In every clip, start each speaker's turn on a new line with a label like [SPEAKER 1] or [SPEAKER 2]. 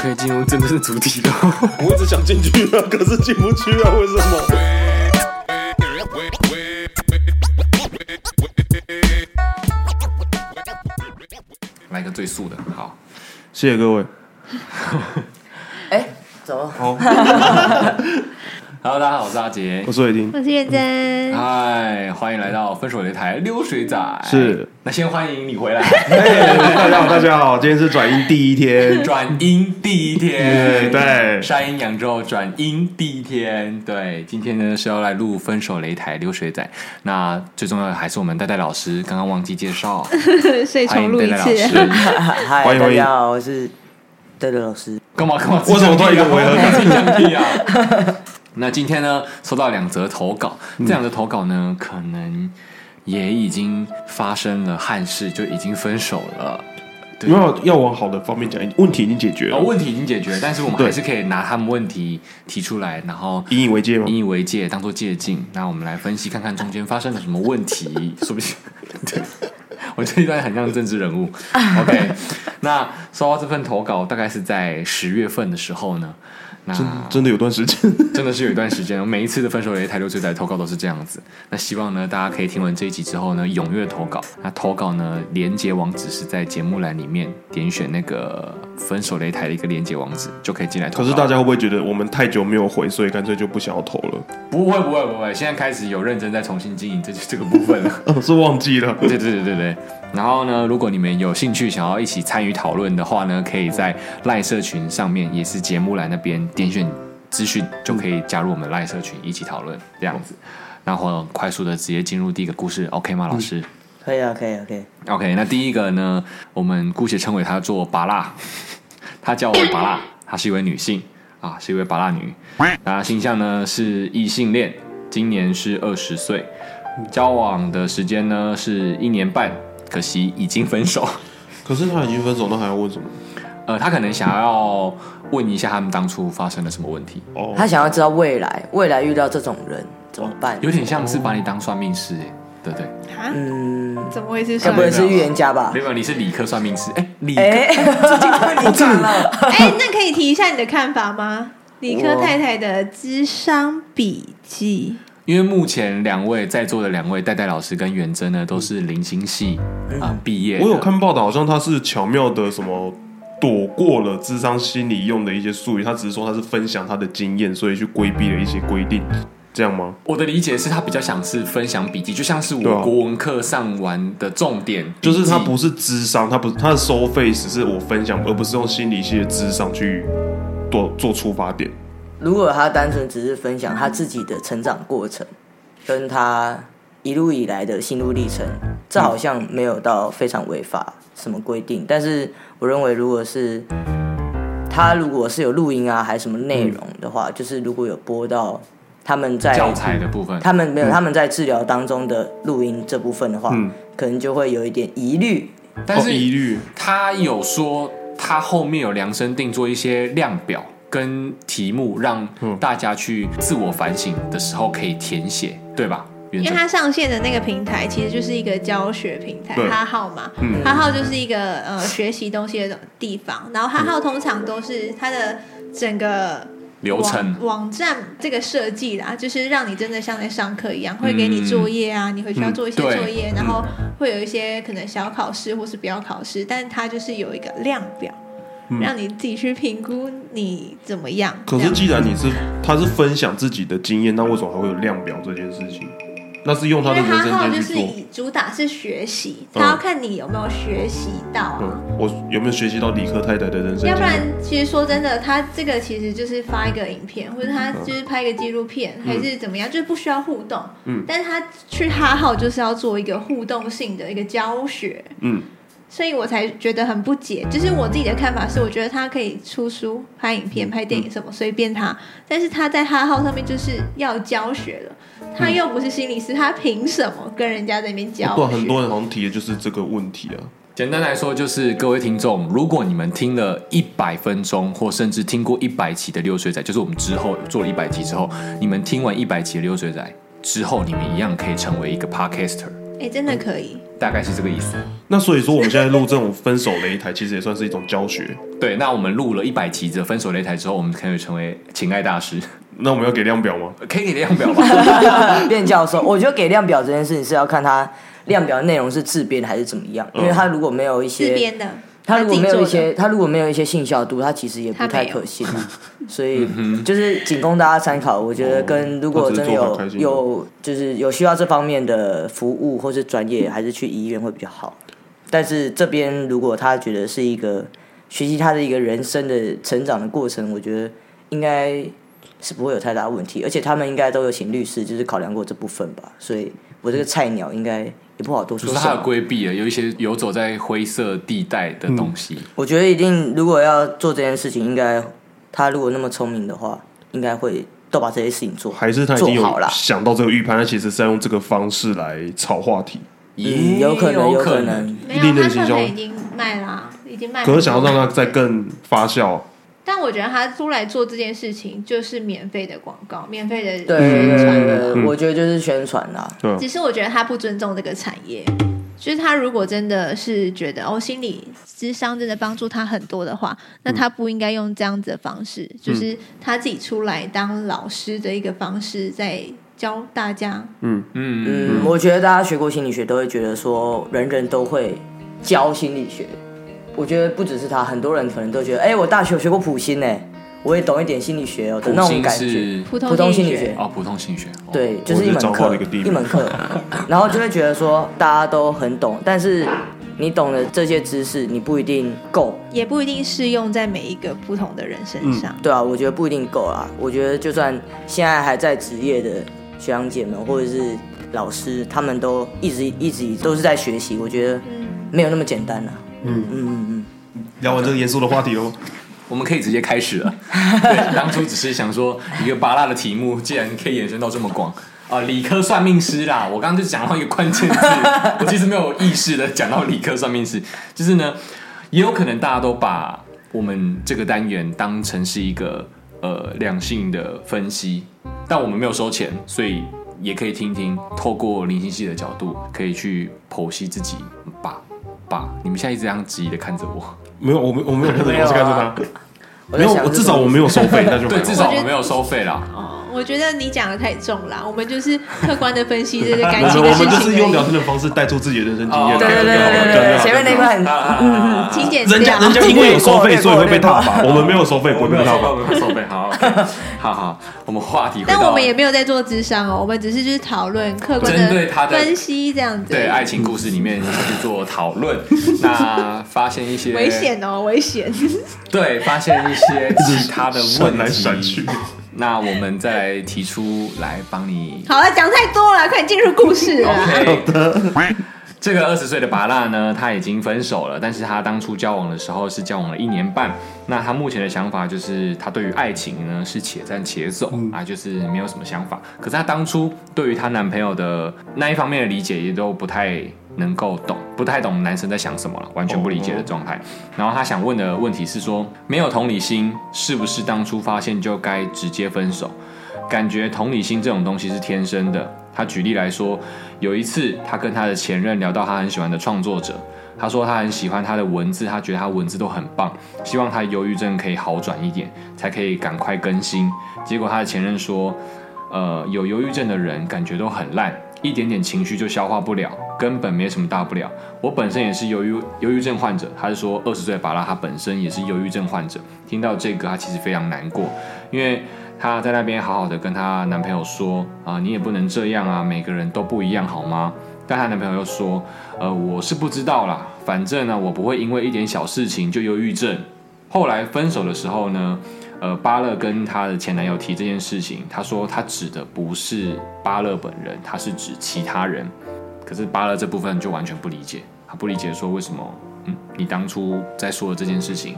[SPEAKER 1] 可以进入真正的主题了。
[SPEAKER 2] 我一直想进去啊，可是进不去啊，为什么？
[SPEAKER 1] 来个最素的，好，
[SPEAKER 2] 谢谢各位。
[SPEAKER 3] 哎、走 了。
[SPEAKER 2] 好，
[SPEAKER 1] Hello，大家好，我是阿杰
[SPEAKER 2] 我。是伟霆。
[SPEAKER 4] 我是认真，
[SPEAKER 1] 嗨，欢迎来到分手擂台溜水仔。
[SPEAKER 2] 是，
[SPEAKER 1] 那先欢迎你回来。
[SPEAKER 2] 哎，大家好，大家好，今天是转音第一 天。
[SPEAKER 1] 转阴第一天，
[SPEAKER 2] 嗯对
[SPEAKER 1] 杀阴阳之后转阴第一天，对，今天呢是要来录分手擂台流水仔，那最重要的还是我们戴戴老师，刚刚忘记介 绍，
[SPEAKER 4] 所以
[SPEAKER 1] 欢
[SPEAKER 4] 重
[SPEAKER 1] 迎
[SPEAKER 4] 录
[SPEAKER 1] 戴
[SPEAKER 4] 一
[SPEAKER 1] 戴老
[SPEAKER 4] 次。
[SPEAKER 1] 师，
[SPEAKER 3] 嗨，
[SPEAKER 2] 欢迎
[SPEAKER 3] 大家好，我是戴德老师。
[SPEAKER 1] 干嘛干嘛？
[SPEAKER 2] 我怎么突然一个违和感
[SPEAKER 1] 自己讲屁啊？ 那今天呢，收到两则投稿，这两则投稿呢，可能也已经发生了憾事，就已经分手了。对
[SPEAKER 2] 没有要往好的方面讲，问题已经解决
[SPEAKER 1] 哦，
[SPEAKER 2] 了，
[SPEAKER 1] 问题已经解决，但是我们
[SPEAKER 2] 对
[SPEAKER 1] 还是可以拿他们问题提出来，然后
[SPEAKER 2] 引以为戒吗？
[SPEAKER 1] 引以为戒，当做借鉴。那我们来分析看看中间发生了什么问 题，说不定。对我这一段很像政治人 物。OK，那收到这份投稿大概是在十月份的时候呢。那
[SPEAKER 2] 真真的有段时 间，
[SPEAKER 1] 真的是有一段时间，每一次的分手擂台六追仔投稿都是这样子。那希望呢，大家可以听完这一集之后呢，踊跃投稿。那投稿呢，连接网址是在节目栏里面点选那个分手擂台的一个连接网址，就可以进来投稿。
[SPEAKER 2] 可是大家会不会觉得我们太久没有回，所以干脆就不想要投了？
[SPEAKER 1] 不会不会不会，现在开始有认真在重新经营这这个部分了。
[SPEAKER 2] 哦，是忘记了。
[SPEAKER 1] 对对对对对。然后呢，如果你们有兴趣想要一起参与讨论的话呢，可以在赖社群上面，也是节目栏那边点选资讯，就可以加入我们赖社群一起讨论这样子。然后快速的直接进入第一个故事，OK 吗，老师、
[SPEAKER 3] 可以啊，可以啊，可以。
[SPEAKER 1] o k 那第一个呢，我们姑且称为她做拔蜡， 她叫我拔蜡，她是一位女性啊，是一位拔蜡女。那形象呢是异性恋，今年是二十岁，交往的时间呢是一年半，可惜已经分手。
[SPEAKER 2] 可是他已经分手，那还要问什么？
[SPEAKER 1] 呃，他可能想要问一下他们当初发生了什么问题，
[SPEAKER 2] 哦，
[SPEAKER 3] 他想要知道未来，未来遇到这种人怎么办？
[SPEAKER 2] 哦
[SPEAKER 1] 有点像是把你当算命师、欸，对不对？
[SPEAKER 4] 啊？
[SPEAKER 3] 嗯，
[SPEAKER 4] 怎么会是
[SPEAKER 3] 该
[SPEAKER 4] 算
[SPEAKER 3] 不会是预言家吧
[SPEAKER 1] 没？有，你是理科算命师，哎、理 科、
[SPEAKER 3] 哎，我这了。
[SPEAKER 4] 哎，那可以提一下你的看法吗？理科太太的智商笔记，
[SPEAKER 1] 因为目前两位在座的两位戴戴老师跟元真呢，都是零星系啊毕、业的。
[SPEAKER 2] 嗯我有看报道，好像他是巧妙的什么躲过了智商心理用的一些术语，他只是说他是分享他的经验，所以去规避了一些规定，这样吗？
[SPEAKER 1] 我的理解是，他比较想是分享笔记，就像是
[SPEAKER 2] 对啊
[SPEAKER 1] 我国文课上完的重点笔
[SPEAKER 2] 就
[SPEAKER 1] 记，
[SPEAKER 2] 是他不是智商，他不他的收费只是我分享，而不是用心理系的智商去做做出发点。
[SPEAKER 3] 如果他单纯只是分享他自己的成长过程，跟他一路以来的心路历程，这好像没有到非常违法什么规定。但是我认为，如果是他如果是有录音啊，还是什么内容的话，就是如果有播到他们在
[SPEAKER 1] 教材的部分。
[SPEAKER 3] 他们没有他们在治疗当中的录音这部分的话，
[SPEAKER 2] 嗯
[SPEAKER 3] 可能就会有一点疑虑。
[SPEAKER 1] 但
[SPEAKER 2] 哦疑
[SPEAKER 1] 是
[SPEAKER 2] 虑，
[SPEAKER 1] 他有说，他后面有量身定做一些量表跟题目，让
[SPEAKER 2] 嗯
[SPEAKER 1] 大家去自我反省的时候可以填写，对吧？原
[SPEAKER 4] 因
[SPEAKER 1] 则
[SPEAKER 4] 为它上线的那个平台其实就是一个教学平台
[SPEAKER 2] 对，
[SPEAKER 4] 哈号嘛，哈号就是一个呃学习东西的地方，然后哈号通常都是它的整个
[SPEAKER 1] 流程
[SPEAKER 4] 网网站这个设计啦，就是让你真的像在上课一样，会给你作业啊，你回去要做一
[SPEAKER 1] 嗯
[SPEAKER 4] 些
[SPEAKER 1] 对
[SPEAKER 4] 作业，然后会有一些可能小考试或是不要考试，但它就是有一个量表，让你自己去评估你怎么样。
[SPEAKER 2] 嗯可
[SPEAKER 4] 这
[SPEAKER 2] 是
[SPEAKER 4] 样
[SPEAKER 2] 既然你是他是分享自己的经验，那为什么还会有量表这件事情？那是用他
[SPEAKER 4] 因
[SPEAKER 2] 的
[SPEAKER 4] 为
[SPEAKER 2] 人
[SPEAKER 4] 哈号
[SPEAKER 2] 生
[SPEAKER 4] 就
[SPEAKER 2] 经去
[SPEAKER 4] 是
[SPEAKER 2] 做。
[SPEAKER 4] 以主打是学习，
[SPEAKER 2] 嗯
[SPEAKER 4] 他要看你有没有学习到啊。
[SPEAKER 2] 嗯，我有没有学习到理科太太的人生经
[SPEAKER 4] 要不然
[SPEAKER 2] 验？，
[SPEAKER 4] 其实说真的，他这个其实就是发一个影片，或者他就是拍一个纪录片，还是怎么样，就是不需要互动。
[SPEAKER 2] 嗯，
[SPEAKER 4] 但他去哈号就是要做一个互动性的一个教学，
[SPEAKER 2] 嗯，
[SPEAKER 4] 所以我才觉得很不解。就是我自己的看法是，我觉得他可以出书、拍影
[SPEAKER 2] 嗯
[SPEAKER 4] 片、拍电影什么，随便他。但是他在哈号上面就是要教学了，
[SPEAKER 2] 嗯
[SPEAKER 4] 他又不是心理师，他凭什么跟人家在那边教
[SPEAKER 2] 对啊，
[SPEAKER 4] 学？
[SPEAKER 2] 很多人好像提的就是这个问题啊。
[SPEAKER 1] 简单来说，就是各位听众，如果你们听了一百分钟，或甚至听过一百集的流水仔，就是我们之后做了一百集之后，你们听完一百集的流水仔之后，你们一样可以成为一个 podcaster，
[SPEAKER 4] 哎，真的可以，
[SPEAKER 2] 嗯
[SPEAKER 1] 大概是这个意思。
[SPEAKER 2] 那所以说，我们现在录这种分手擂台，其实也算是一种教学。
[SPEAKER 1] 对，那我们录了一百集的分手擂台之后，我们可以成为情爱大师，
[SPEAKER 2] 那我们要给量表吗？
[SPEAKER 1] 可以给量表吧？
[SPEAKER 3] 变教授，我觉得给量表这件事情是要看他量表内容是自编的还是怎么样，因为他如果没有一
[SPEAKER 4] 自
[SPEAKER 3] 些，
[SPEAKER 4] 编的。
[SPEAKER 3] 他如果
[SPEAKER 4] 自己
[SPEAKER 3] 没有
[SPEAKER 4] 做
[SPEAKER 3] 一
[SPEAKER 4] 的
[SPEAKER 3] 些，他如果没有一些信效度，他其实也不
[SPEAKER 4] 他
[SPEAKER 3] 太
[SPEAKER 4] 没有
[SPEAKER 3] 可信啊、 所以就是仅供大家参考。我觉得跟如果真的
[SPEAKER 2] 嗯哦他只是做
[SPEAKER 3] 有
[SPEAKER 2] 法开心的
[SPEAKER 3] 有就是有需要这方面的服务或是专业，还是去医院会比较好。但是这边如果他觉得是一个学习他的一个人生的成长的过程，我觉得应该是不会有太大问题，而且他们应该都有请律师，就是考量过这部分吧。所以我这个菜鸟应该也不好多
[SPEAKER 1] 就
[SPEAKER 3] 说
[SPEAKER 1] 是
[SPEAKER 3] 什
[SPEAKER 1] 他有
[SPEAKER 3] 么。
[SPEAKER 1] 规避了，有一些游走在灰色地带的东西。
[SPEAKER 3] 我觉得一定，如果要做这件事情，应该他如果那么聪明的话，应该会都把这些事情做好，
[SPEAKER 2] 还是他已经
[SPEAKER 3] 做好
[SPEAKER 2] 有
[SPEAKER 3] 了。
[SPEAKER 2] 想到这个预判，他其实是在用这个方式来炒话题。
[SPEAKER 1] 也
[SPEAKER 3] 嗯有可能
[SPEAKER 1] 有
[SPEAKER 3] 可
[SPEAKER 1] 能
[SPEAKER 3] 能。
[SPEAKER 4] 没有，
[SPEAKER 2] 另类
[SPEAKER 4] 他
[SPEAKER 2] 的行
[SPEAKER 4] 课
[SPEAKER 2] 销
[SPEAKER 4] 程已经卖啦，已经
[SPEAKER 3] 哎
[SPEAKER 4] 卖很
[SPEAKER 2] 可
[SPEAKER 4] 多了。
[SPEAKER 2] 是想要让它再更发酵，
[SPEAKER 4] 但我觉得他出来做这件事情就是免费的广告，免费的
[SPEAKER 3] 对
[SPEAKER 4] 宣
[SPEAKER 3] 对
[SPEAKER 4] 传
[SPEAKER 3] 对
[SPEAKER 4] 了。
[SPEAKER 3] 对对，我觉得就是宣传啦。
[SPEAKER 2] 对吧
[SPEAKER 4] 只是我觉得他不尊重这个产业，就是他如果真的是觉得哦，心理智商真的帮助他很多的话，
[SPEAKER 2] 嗯
[SPEAKER 4] 那他不应该用这样子的方式，就是他自己出来当老师的一个方式在教大家。
[SPEAKER 1] 嗯，
[SPEAKER 3] 嗯，我觉得大家学过心理学都会觉得说，人人都会教心理学。我觉得不只是他，很多人可能都觉得，哎、我大学有学过普心呢、我也懂一点心理学哦的
[SPEAKER 1] 普
[SPEAKER 3] 那种
[SPEAKER 1] 信
[SPEAKER 3] 感觉。
[SPEAKER 1] 是
[SPEAKER 3] 普
[SPEAKER 4] 普通
[SPEAKER 3] 通
[SPEAKER 4] 心
[SPEAKER 3] 心理学
[SPEAKER 1] 哦，普通心理学。哦，
[SPEAKER 3] 对，就是
[SPEAKER 2] 我
[SPEAKER 3] 一
[SPEAKER 2] 是
[SPEAKER 3] 门
[SPEAKER 2] 彰化
[SPEAKER 3] 课
[SPEAKER 2] 的一个地，名
[SPEAKER 3] 一门课， 然后就会觉得说大家都很懂，但是你懂的这些知识，你不一定够。
[SPEAKER 4] 也不一定适用在每一个不同的人
[SPEAKER 2] 嗯
[SPEAKER 4] 身上。
[SPEAKER 3] 对啊，我觉得不一定够啦。我觉得就算现在还在职业的学长姐们或者是老师，他们都一直一直都是在学习，我觉得没有那么简单啦。
[SPEAKER 2] 聊完这个严肃的话题哦喽。
[SPEAKER 1] 我们可以直接开始了。对，当初只是想说一个拔蜡的题目，既然可以延伸到这么广。啊、理科算命师啦！我刚刚就讲到一个关键字，我其实没有意识的讲到理科算命师，就是呢，也有可能大家都把我们这个单元当成是一个呃两性的分析，但我们没有收钱，所以也可以听听，透过灵性系的角度，可以去剖析自己吧吧。你们现在一直这样质疑的看着我，
[SPEAKER 2] 没有，我没我没有看着你，
[SPEAKER 3] 没
[SPEAKER 2] 我
[SPEAKER 3] 有啊
[SPEAKER 2] 是看着他。
[SPEAKER 3] 我
[SPEAKER 2] 没
[SPEAKER 3] 在
[SPEAKER 2] 有，
[SPEAKER 3] 想
[SPEAKER 2] 我
[SPEAKER 3] 是
[SPEAKER 2] 至少
[SPEAKER 3] 什么
[SPEAKER 2] 我没有收 费，那就还
[SPEAKER 1] 对，
[SPEAKER 2] 好
[SPEAKER 1] 至少
[SPEAKER 4] 我觉
[SPEAKER 1] 我
[SPEAKER 4] 得
[SPEAKER 1] 没有收费啦。
[SPEAKER 4] 哦，我觉得你讲的太重了，我们就是客观的分析这 些感
[SPEAKER 2] 我
[SPEAKER 4] 情
[SPEAKER 2] 们
[SPEAKER 4] 的
[SPEAKER 2] 我
[SPEAKER 4] 事
[SPEAKER 2] 们就是用
[SPEAKER 4] 情
[SPEAKER 2] 聊
[SPEAKER 4] 而已。
[SPEAKER 2] 天的方式带出自己的人生经验。
[SPEAKER 1] 哦
[SPEAKER 3] 对对对对对对，前面那块很
[SPEAKER 4] 请点
[SPEAKER 2] 人家
[SPEAKER 4] 掉
[SPEAKER 2] 人家因为有收费，
[SPEAKER 3] 略过
[SPEAKER 2] 所以会被
[SPEAKER 3] 略过
[SPEAKER 2] 踏 伐。我们没有收费，不
[SPEAKER 1] 我
[SPEAKER 2] 会
[SPEAKER 1] 没
[SPEAKER 2] 被
[SPEAKER 1] 有
[SPEAKER 2] 踏
[SPEAKER 1] 收
[SPEAKER 2] 伐。
[SPEAKER 1] 费，没有收费。好， 好好，我们话题回
[SPEAKER 4] 但
[SPEAKER 1] 到
[SPEAKER 4] 我们也没有在做智商哦，我们只是就是讨论客观
[SPEAKER 1] 针对他的
[SPEAKER 4] 分析这样子。
[SPEAKER 1] 对哎爱情故事里 面去做讨论，那发现一些
[SPEAKER 4] 危，险哦，危险！
[SPEAKER 1] 对，发现一些其他的问题，
[SPEAKER 2] 闪来闪去，
[SPEAKER 1] 那我们再提出来帮你
[SPEAKER 4] 好了，讲太多了，快进入故事了啦。
[SPEAKER 1] OK，这 个二十岁的拔蜡呢，他已经分手了，但是他当初交往的时候是交往了一年半。那他目前的想法就是，他对于爱情呢是且战且走、啊，就是没有什么想法。可是他当初对于她男朋友的那一方面的理解也都不太能够懂，不太懂男生在想什么了，完全不理解的状态。然后他想问的问题是说，没有同理心，是不是当初发现就该直接分手？感觉同理心这种东西是天生的。他举例来说，有一次他跟他的前任聊到他很喜欢的创作者，他说他很喜欢他的文字，他觉得他文字都很棒，希望他忧郁症可以好转一点，才可以赶快更新。结果他的前任说，呃，有忧郁症的人感觉都很烂，一点点情绪就消化不了，根本没什么大不了。我本身也是忧郁忧郁症患者，他是说二十岁的巴拉他本身也是忧郁症患者。听到这个，他其实非常难过，因为她在那边好好的跟她男朋友说啊，你也不能这样啊，每个人都不一样好吗？但她男朋友又说，呃，我是不知道啦，反正呢，我不会因为一点小事情就忧郁症。后来分手的时候呢，呃，巴勒跟她的前男友提这件事情，她说她指的不是巴勒本人，她是指其他人。可是巴勒这部分就完全不理解，她不理解说为什么，嗯，你当初在说的这件事情，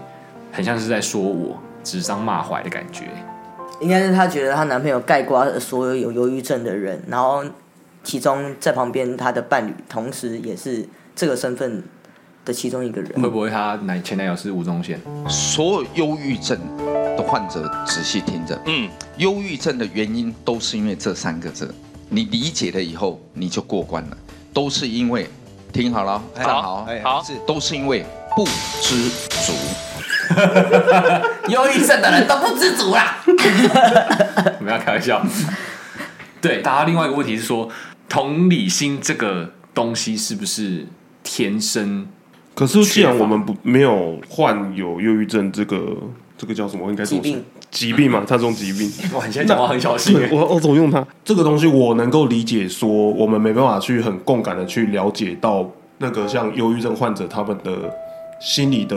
[SPEAKER 1] 很像是在说我指桑骂槐的感觉。
[SPEAKER 3] 应该是她觉得她男朋友盖瓜所有有忧郁症的人，然后其中在旁边她的伴侣，同时也是这个身份的其中一个人。
[SPEAKER 1] 会不会她男前男友是吴宗宪？
[SPEAKER 5] 所有忧郁症的患者，仔细听着，嗯，忧郁症的原因都是因为这三个字，你理解了以后，你就过关了。都是因为，听好了，哦站好，
[SPEAKER 6] 哎
[SPEAKER 7] 好
[SPEAKER 6] 是
[SPEAKER 5] 都是因为不知足。
[SPEAKER 3] 忧郁症的人都不知足 啦。
[SPEAKER 1] 我们要开玩笑。对，大家另外一个问题是说，同理心这个东西是不是天生？
[SPEAKER 2] 可是既然
[SPEAKER 1] 缺乏
[SPEAKER 2] 我们不没有患有忧郁症这个这个叫什么？应该怎么说
[SPEAKER 3] 疾病？
[SPEAKER 2] 疾病嘛，它这种疾病。
[SPEAKER 1] 哇，你现在讲话很小心欸
[SPEAKER 2] 对，我我怎么用它？这个东西我能够理解说，我们没办法去很共感的去了解到那个像忧郁症患者他们的心理的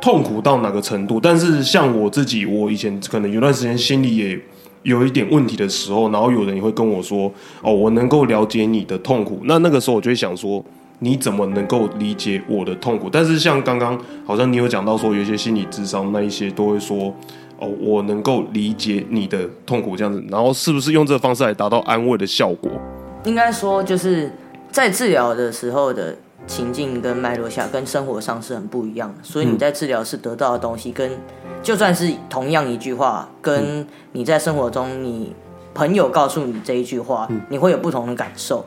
[SPEAKER 2] 痛苦到哪个程度。但是像我自己，我以前可能有段时间心里也有一点问题的时候，然后有人也会跟我说：“哦，我能够了解你的痛苦。”那那个时候我就会想说。你怎么能够理解我的痛苦？但是像刚刚好像你有讲到说，有一些心理智商那一些都会说，哦，我能够理解你的痛苦这样子，然后是不是用这个方式来达到安慰的效果？
[SPEAKER 3] 应该说就是在治疗的时候的情境跟脉络下，跟生活上是很不一样的。所以你在治疗室得到的东西跟，就算是同样一句话，跟你在生活中你朋友告诉你这一句话，你会有不同的感受。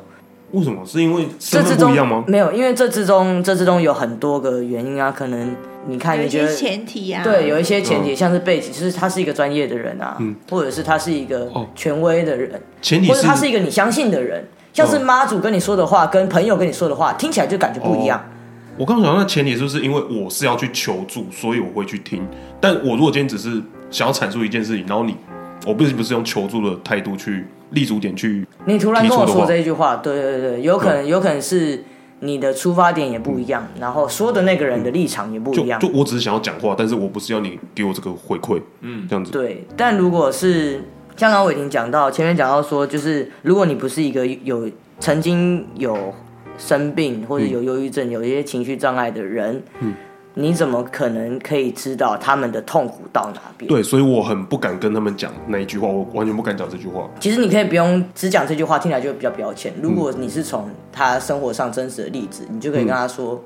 [SPEAKER 2] 为什么？是因为
[SPEAKER 3] 这
[SPEAKER 2] 身
[SPEAKER 3] 之
[SPEAKER 2] 份不
[SPEAKER 3] 中嗯
[SPEAKER 2] 一样吗？
[SPEAKER 3] 没有，因为这之中这之中有很多个原因啊，可能你看
[SPEAKER 4] 有
[SPEAKER 3] 你
[SPEAKER 4] 一
[SPEAKER 3] 觉
[SPEAKER 4] 些
[SPEAKER 3] 得
[SPEAKER 4] 前提啊，
[SPEAKER 3] 对，有一些前提
[SPEAKER 2] 嗯
[SPEAKER 3] 像是背景，就是他是一个专业的人啊，或者是他是一个
[SPEAKER 2] 哦
[SPEAKER 3] 权威的人，
[SPEAKER 2] 前提
[SPEAKER 3] 或者
[SPEAKER 2] 是
[SPEAKER 3] 他是一个你相信的人，像
[SPEAKER 2] 哦
[SPEAKER 3] 是妈祖跟你说的话，跟朋友跟你说的话，听起来就感觉不一
[SPEAKER 2] 哦
[SPEAKER 3] 样。
[SPEAKER 2] 我刚想到，那前提是不是因为我是要去求助，所以我会去听？但我如果今天只是想要阐述一件事情，然后你，我并不是用求助的态度去立足点去，
[SPEAKER 3] 你突然跟我
[SPEAKER 2] 提出的
[SPEAKER 3] 说
[SPEAKER 2] 话
[SPEAKER 3] 这一句话，对对对，有可能有可能是你的出发点也不一样，然后说的那个人的立场也不
[SPEAKER 2] 就
[SPEAKER 3] 一样
[SPEAKER 2] 就。我只是想要讲话，但是我不是要你给我这个回馈，嗯，这样子。
[SPEAKER 3] 对，但如果是像刚刚伟霆讲到，前面讲到说，就是如果你不是一个有曾经有生病或者
[SPEAKER 2] 嗯
[SPEAKER 3] 有忧郁症、有一些情绪障碍的人，嗯，你怎么可能可以知道他们的痛苦到哪边？，
[SPEAKER 2] 对，所以我很不敢跟他们讲那一句话，我完全不敢讲这句话。
[SPEAKER 3] 其实你可以不用只讲这句话，听起来就会比较标签。
[SPEAKER 2] 嗯
[SPEAKER 3] 如果你是从他生活上真实的例子，你就可以跟他说，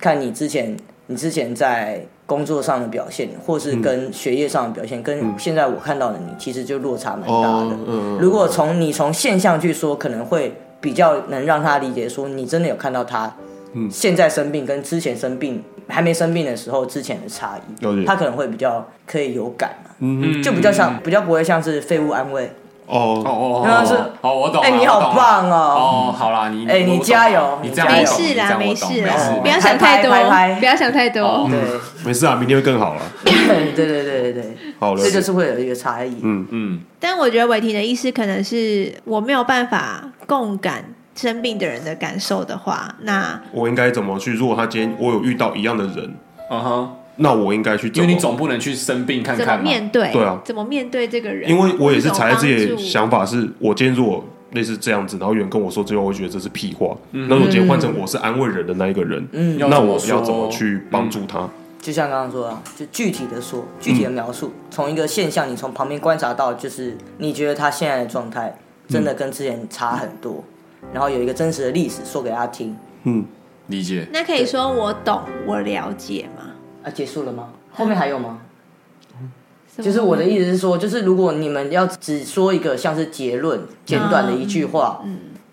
[SPEAKER 3] 看你之前你之前在工作上的表现，或是跟学业上的表现，跟现在我看到的你，其实就落差蛮大的。
[SPEAKER 2] 嗯哦嗯嗯
[SPEAKER 3] 如果从你从现象去说，可能会比较能让他理解说，你真的有看到他
[SPEAKER 2] 嗯
[SPEAKER 3] 现在生病跟之前生病。还没生病的时候，之前的差
[SPEAKER 2] 了
[SPEAKER 3] 异，
[SPEAKER 2] 解嗯
[SPEAKER 3] 他可能会比较可以有感嘛，就比较像比较不会像是废物安慰，
[SPEAKER 1] 嗯哦
[SPEAKER 2] 哦，
[SPEAKER 1] 哦，
[SPEAKER 3] 那是
[SPEAKER 1] 哦，我懂了。
[SPEAKER 3] 哎
[SPEAKER 1] 我
[SPEAKER 3] 你
[SPEAKER 1] 懂
[SPEAKER 3] 好
[SPEAKER 1] 了
[SPEAKER 3] 棒哦
[SPEAKER 1] 哦，好啦，你
[SPEAKER 3] 哎你
[SPEAKER 1] 我懂了
[SPEAKER 3] 加油
[SPEAKER 1] 你
[SPEAKER 3] 你
[SPEAKER 1] 这样
[SPEAKER 3] 加
[SPEAKER 1] 我
[SPEAKER 4] 没
[SPEAKER 3] 油
[SPEAKER 1] 懂
[SPEAKER 4] 事
[SPEAKER 1] 你这
[SPEAKER 4] 啦，
[SPEAKER 1] 样我
[SPEAKER 4] 没
[SPEAKER 1] 懂
[SPEAKER 4] 事
[SPEAKER 1] 没事
[SPEAKER 4] 啦，
[SPEAKER 3] 哦
[SPEAKER 4] 不要想太多
[SPEAKER 3] 拍拍拍，拍
[SPEAKER 4] 不要想太多
[SPEAKER 1] 哦。
[SPEAKER 3] 对，
[SPEAKER 2] 没事啊，明天会更好了。
[SPEAKER 3] 对对对对对，
[SPEAKER 2] 好了
[SPEAKER 3] 这
[SPEAKER 2] 解，
[SPEAKER 3] 就是会有一个差异。
[SPEAKER 2] 嗯。
[SPEAKER 1] 嗯，
[SPEAKER 4] 但我觉得伟霆的意思可能是我没有办法共感生病的人的感受的话，那
[SPEAKER 2] 我应该怎么去？如果他今天我有遇到一样的人，
[SPEAKER 1] 嗯哼，
[SPEAKER 2] 那我应该去
[SPEAKER 1] 因
[SPEAKER 2] 怎
[SPEAKER 1] 为
[SPEAKER 2] 么？
[SPEAKER 1] 你总不能去生病看
[SPEAKER 4] 怎么
[SPEAKER 1] 看嘛。
[SPEAKER 4] 面对？
[SPEAKER 2] 对啊
[SPEAKER 4] 怎么面对这个人？
[SPEAKER 2] 因为我也是
[SPEAKER 4] 怎么
[SPEAKER 2] 踩在自己的
[SPEAKER 4] 帮助
[SPEAKER 2] 想法是，我今天如果类似这样子，然后有人跟我说这句话，我会觉得这是屁话。那我今天换成我是安慰人的那一个人，
[SPEAKER 3] 嗯
[SPEAKER 1] 要
[SPEAKER 2] 那
[SPEAKER 1] 怎么
[SPEAKER 2] 我
[SPEAKER 1] 说
[SPEAKER 2] 要怎么去帮助他？
[SPEAKER 3] 就像刚刚说的啊，就具体的说，具体的描述，从一个现象，你从旁边观察到，就是你觉得他现在的状态真的跟之前差很多，然后有一个真实的历史说给他听。
[SPEAKER 2] 嗯，
[SPEAKER 1] 理解。
[SPEAKER 4] 那可以说我懂，我了解吗？
[SPEAKER 3] 啊，结束了吗？后面还有吗？
[SPEAKER 4] 什么
[SPEAKER 3] 就是我的意思是说，就是如果你们要只说一个像是结论简短的一句话，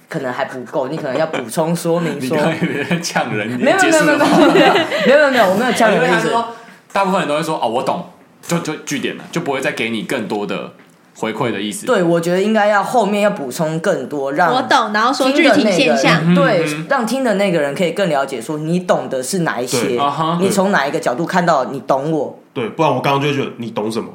[SPEAKER 3] 可能还不够，你可能要补充说明
[SPEAKER 1] 你
[SPEAKER 3] 说
[SPEAKER 1] 刚，刚有点呛人，你
[SPEAKER 3] 没有没
[SPEAKER 1] 结
[SPEAKER 3] 有
[SPEAKER 1] 束
[SPEAKER 3] 没有
[SPEAKER 1] 了
[SPEAKER 3] 没
[SPEAKER 1] 吗
[SPEAKER 3] 有没有没有没有没有，我没有这样
[SPEAKER 1] 因
[SPEAKER 3] 的
[SPEAKER 1] 为
[SPEAKER 3] 意
[SPEAKER 1] 他
[SPEAKER 3] 思。
[SPEAKER 1] 说，大部分人都会说哦，我懂，就就据点了，就不会再给你更多的回馈的意思。
[SPEAKER 3] 对，我觉得应该要后面要补充更多，让
[SPEAKER 4] 我懂，然后说
[SPEAKER 3] 听
[SPEAKER 4] 具
[SPEAKER 3] 的
[SPEAKER 4] 体
[SPEAKER 3] 那个
[SPEAKER 4] 现象。
[SPEAKER 1] 嗯
[SPEAKER 3] 人，对，让听的那个人可以更了解，说你懂的是哪一些
[SPEAKER 2] 对
[SPEAKER 1] 啊哈，
[SPEAKER 3] 你从哪一个角度看到你懂我，
[SPEAKER 2] 对，不然我刚刚就会觉得你懂什么？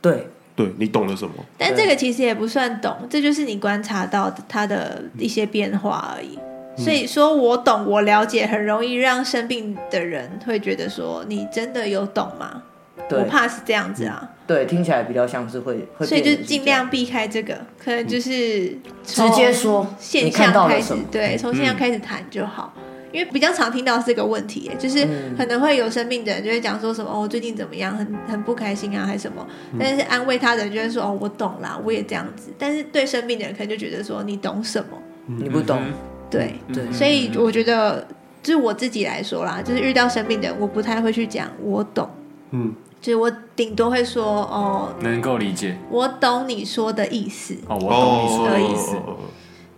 [SPEAKER 3] 对，
[SPEAKER 2] 对你懂了什么？
[SPEAKER 3] 嗯
[SPEAKER 4] 但这个其实也不算懂，这就是你观察到的他的一些变化而已。
[SPEAKER 2] 嗯
[SPEAKER 4] 所以说我懂，我了解，很容易让生病的人会觉得说你真的有懂吗？我
[SPEAKER 3] 对，
[SPEAKER 4] 怕是这样子啊，
[SPEAKER 3] 对，听起来比较像是会，会
[SPEAKER 4] 所以
[SPEAKER 3] 变
[SPEAKER 4] 就
[SPEAKER 3] 成是
[SPEAKER 4] 尽
[SPEAKER 3] 这样嗯
[SPEAKER 4] 量避开这个，可能就是
[SPEAKER 3] 直接说你
[SPEAKER 4] 现
[SPEAKER 3] 看
[SPEAKER 4] 象
[SPEAKER 3] 到
[SPEAKER 4] 开
[SPEAKER 3] 了
[SPEAKER 4] 始
[SPEAKER 3] 什么，，
[SPEAKER 4] 对，从
[SPEAKER 3] 嗯
[SPEAKER 4] 现象开始谈就好。因为比较常听到这个问题耶，就是
[SPEAKER 3] 嗯
[SPEAKER 4] 可能会有生病的人就会讲说什么哦，最近怎么样，很很不开心啊，还是什么。
[SPEAKER 3] 嗯
[SPEAKER 4] 但是安慰他的人就会说哦，我懂啦，我也这样子。但是对生病的人可能就觉得说你懂什么？
[SPEAKER 3] 你不
[SPEAKER 1] 嗯
[SPEAKER 3] 懂，
[SPEAKER 4] 对，
[SPEAKER 3] 对，
[SPEAKER 4] 所以我觉得就是我自己来说啦，就是遇到生病的人，我不太会去讲我懂，
[SPEAKER 2] 嗯，
[SPEAKER 4] 就是我顶多会说哦，
[SPEAKER 1] 能够理解
[SPEAKER 4] 我懂你说的意思。
[SPEAKER 1] 哦，我懂你说的意思。
[SPEAKER 2] 哦哦哦哦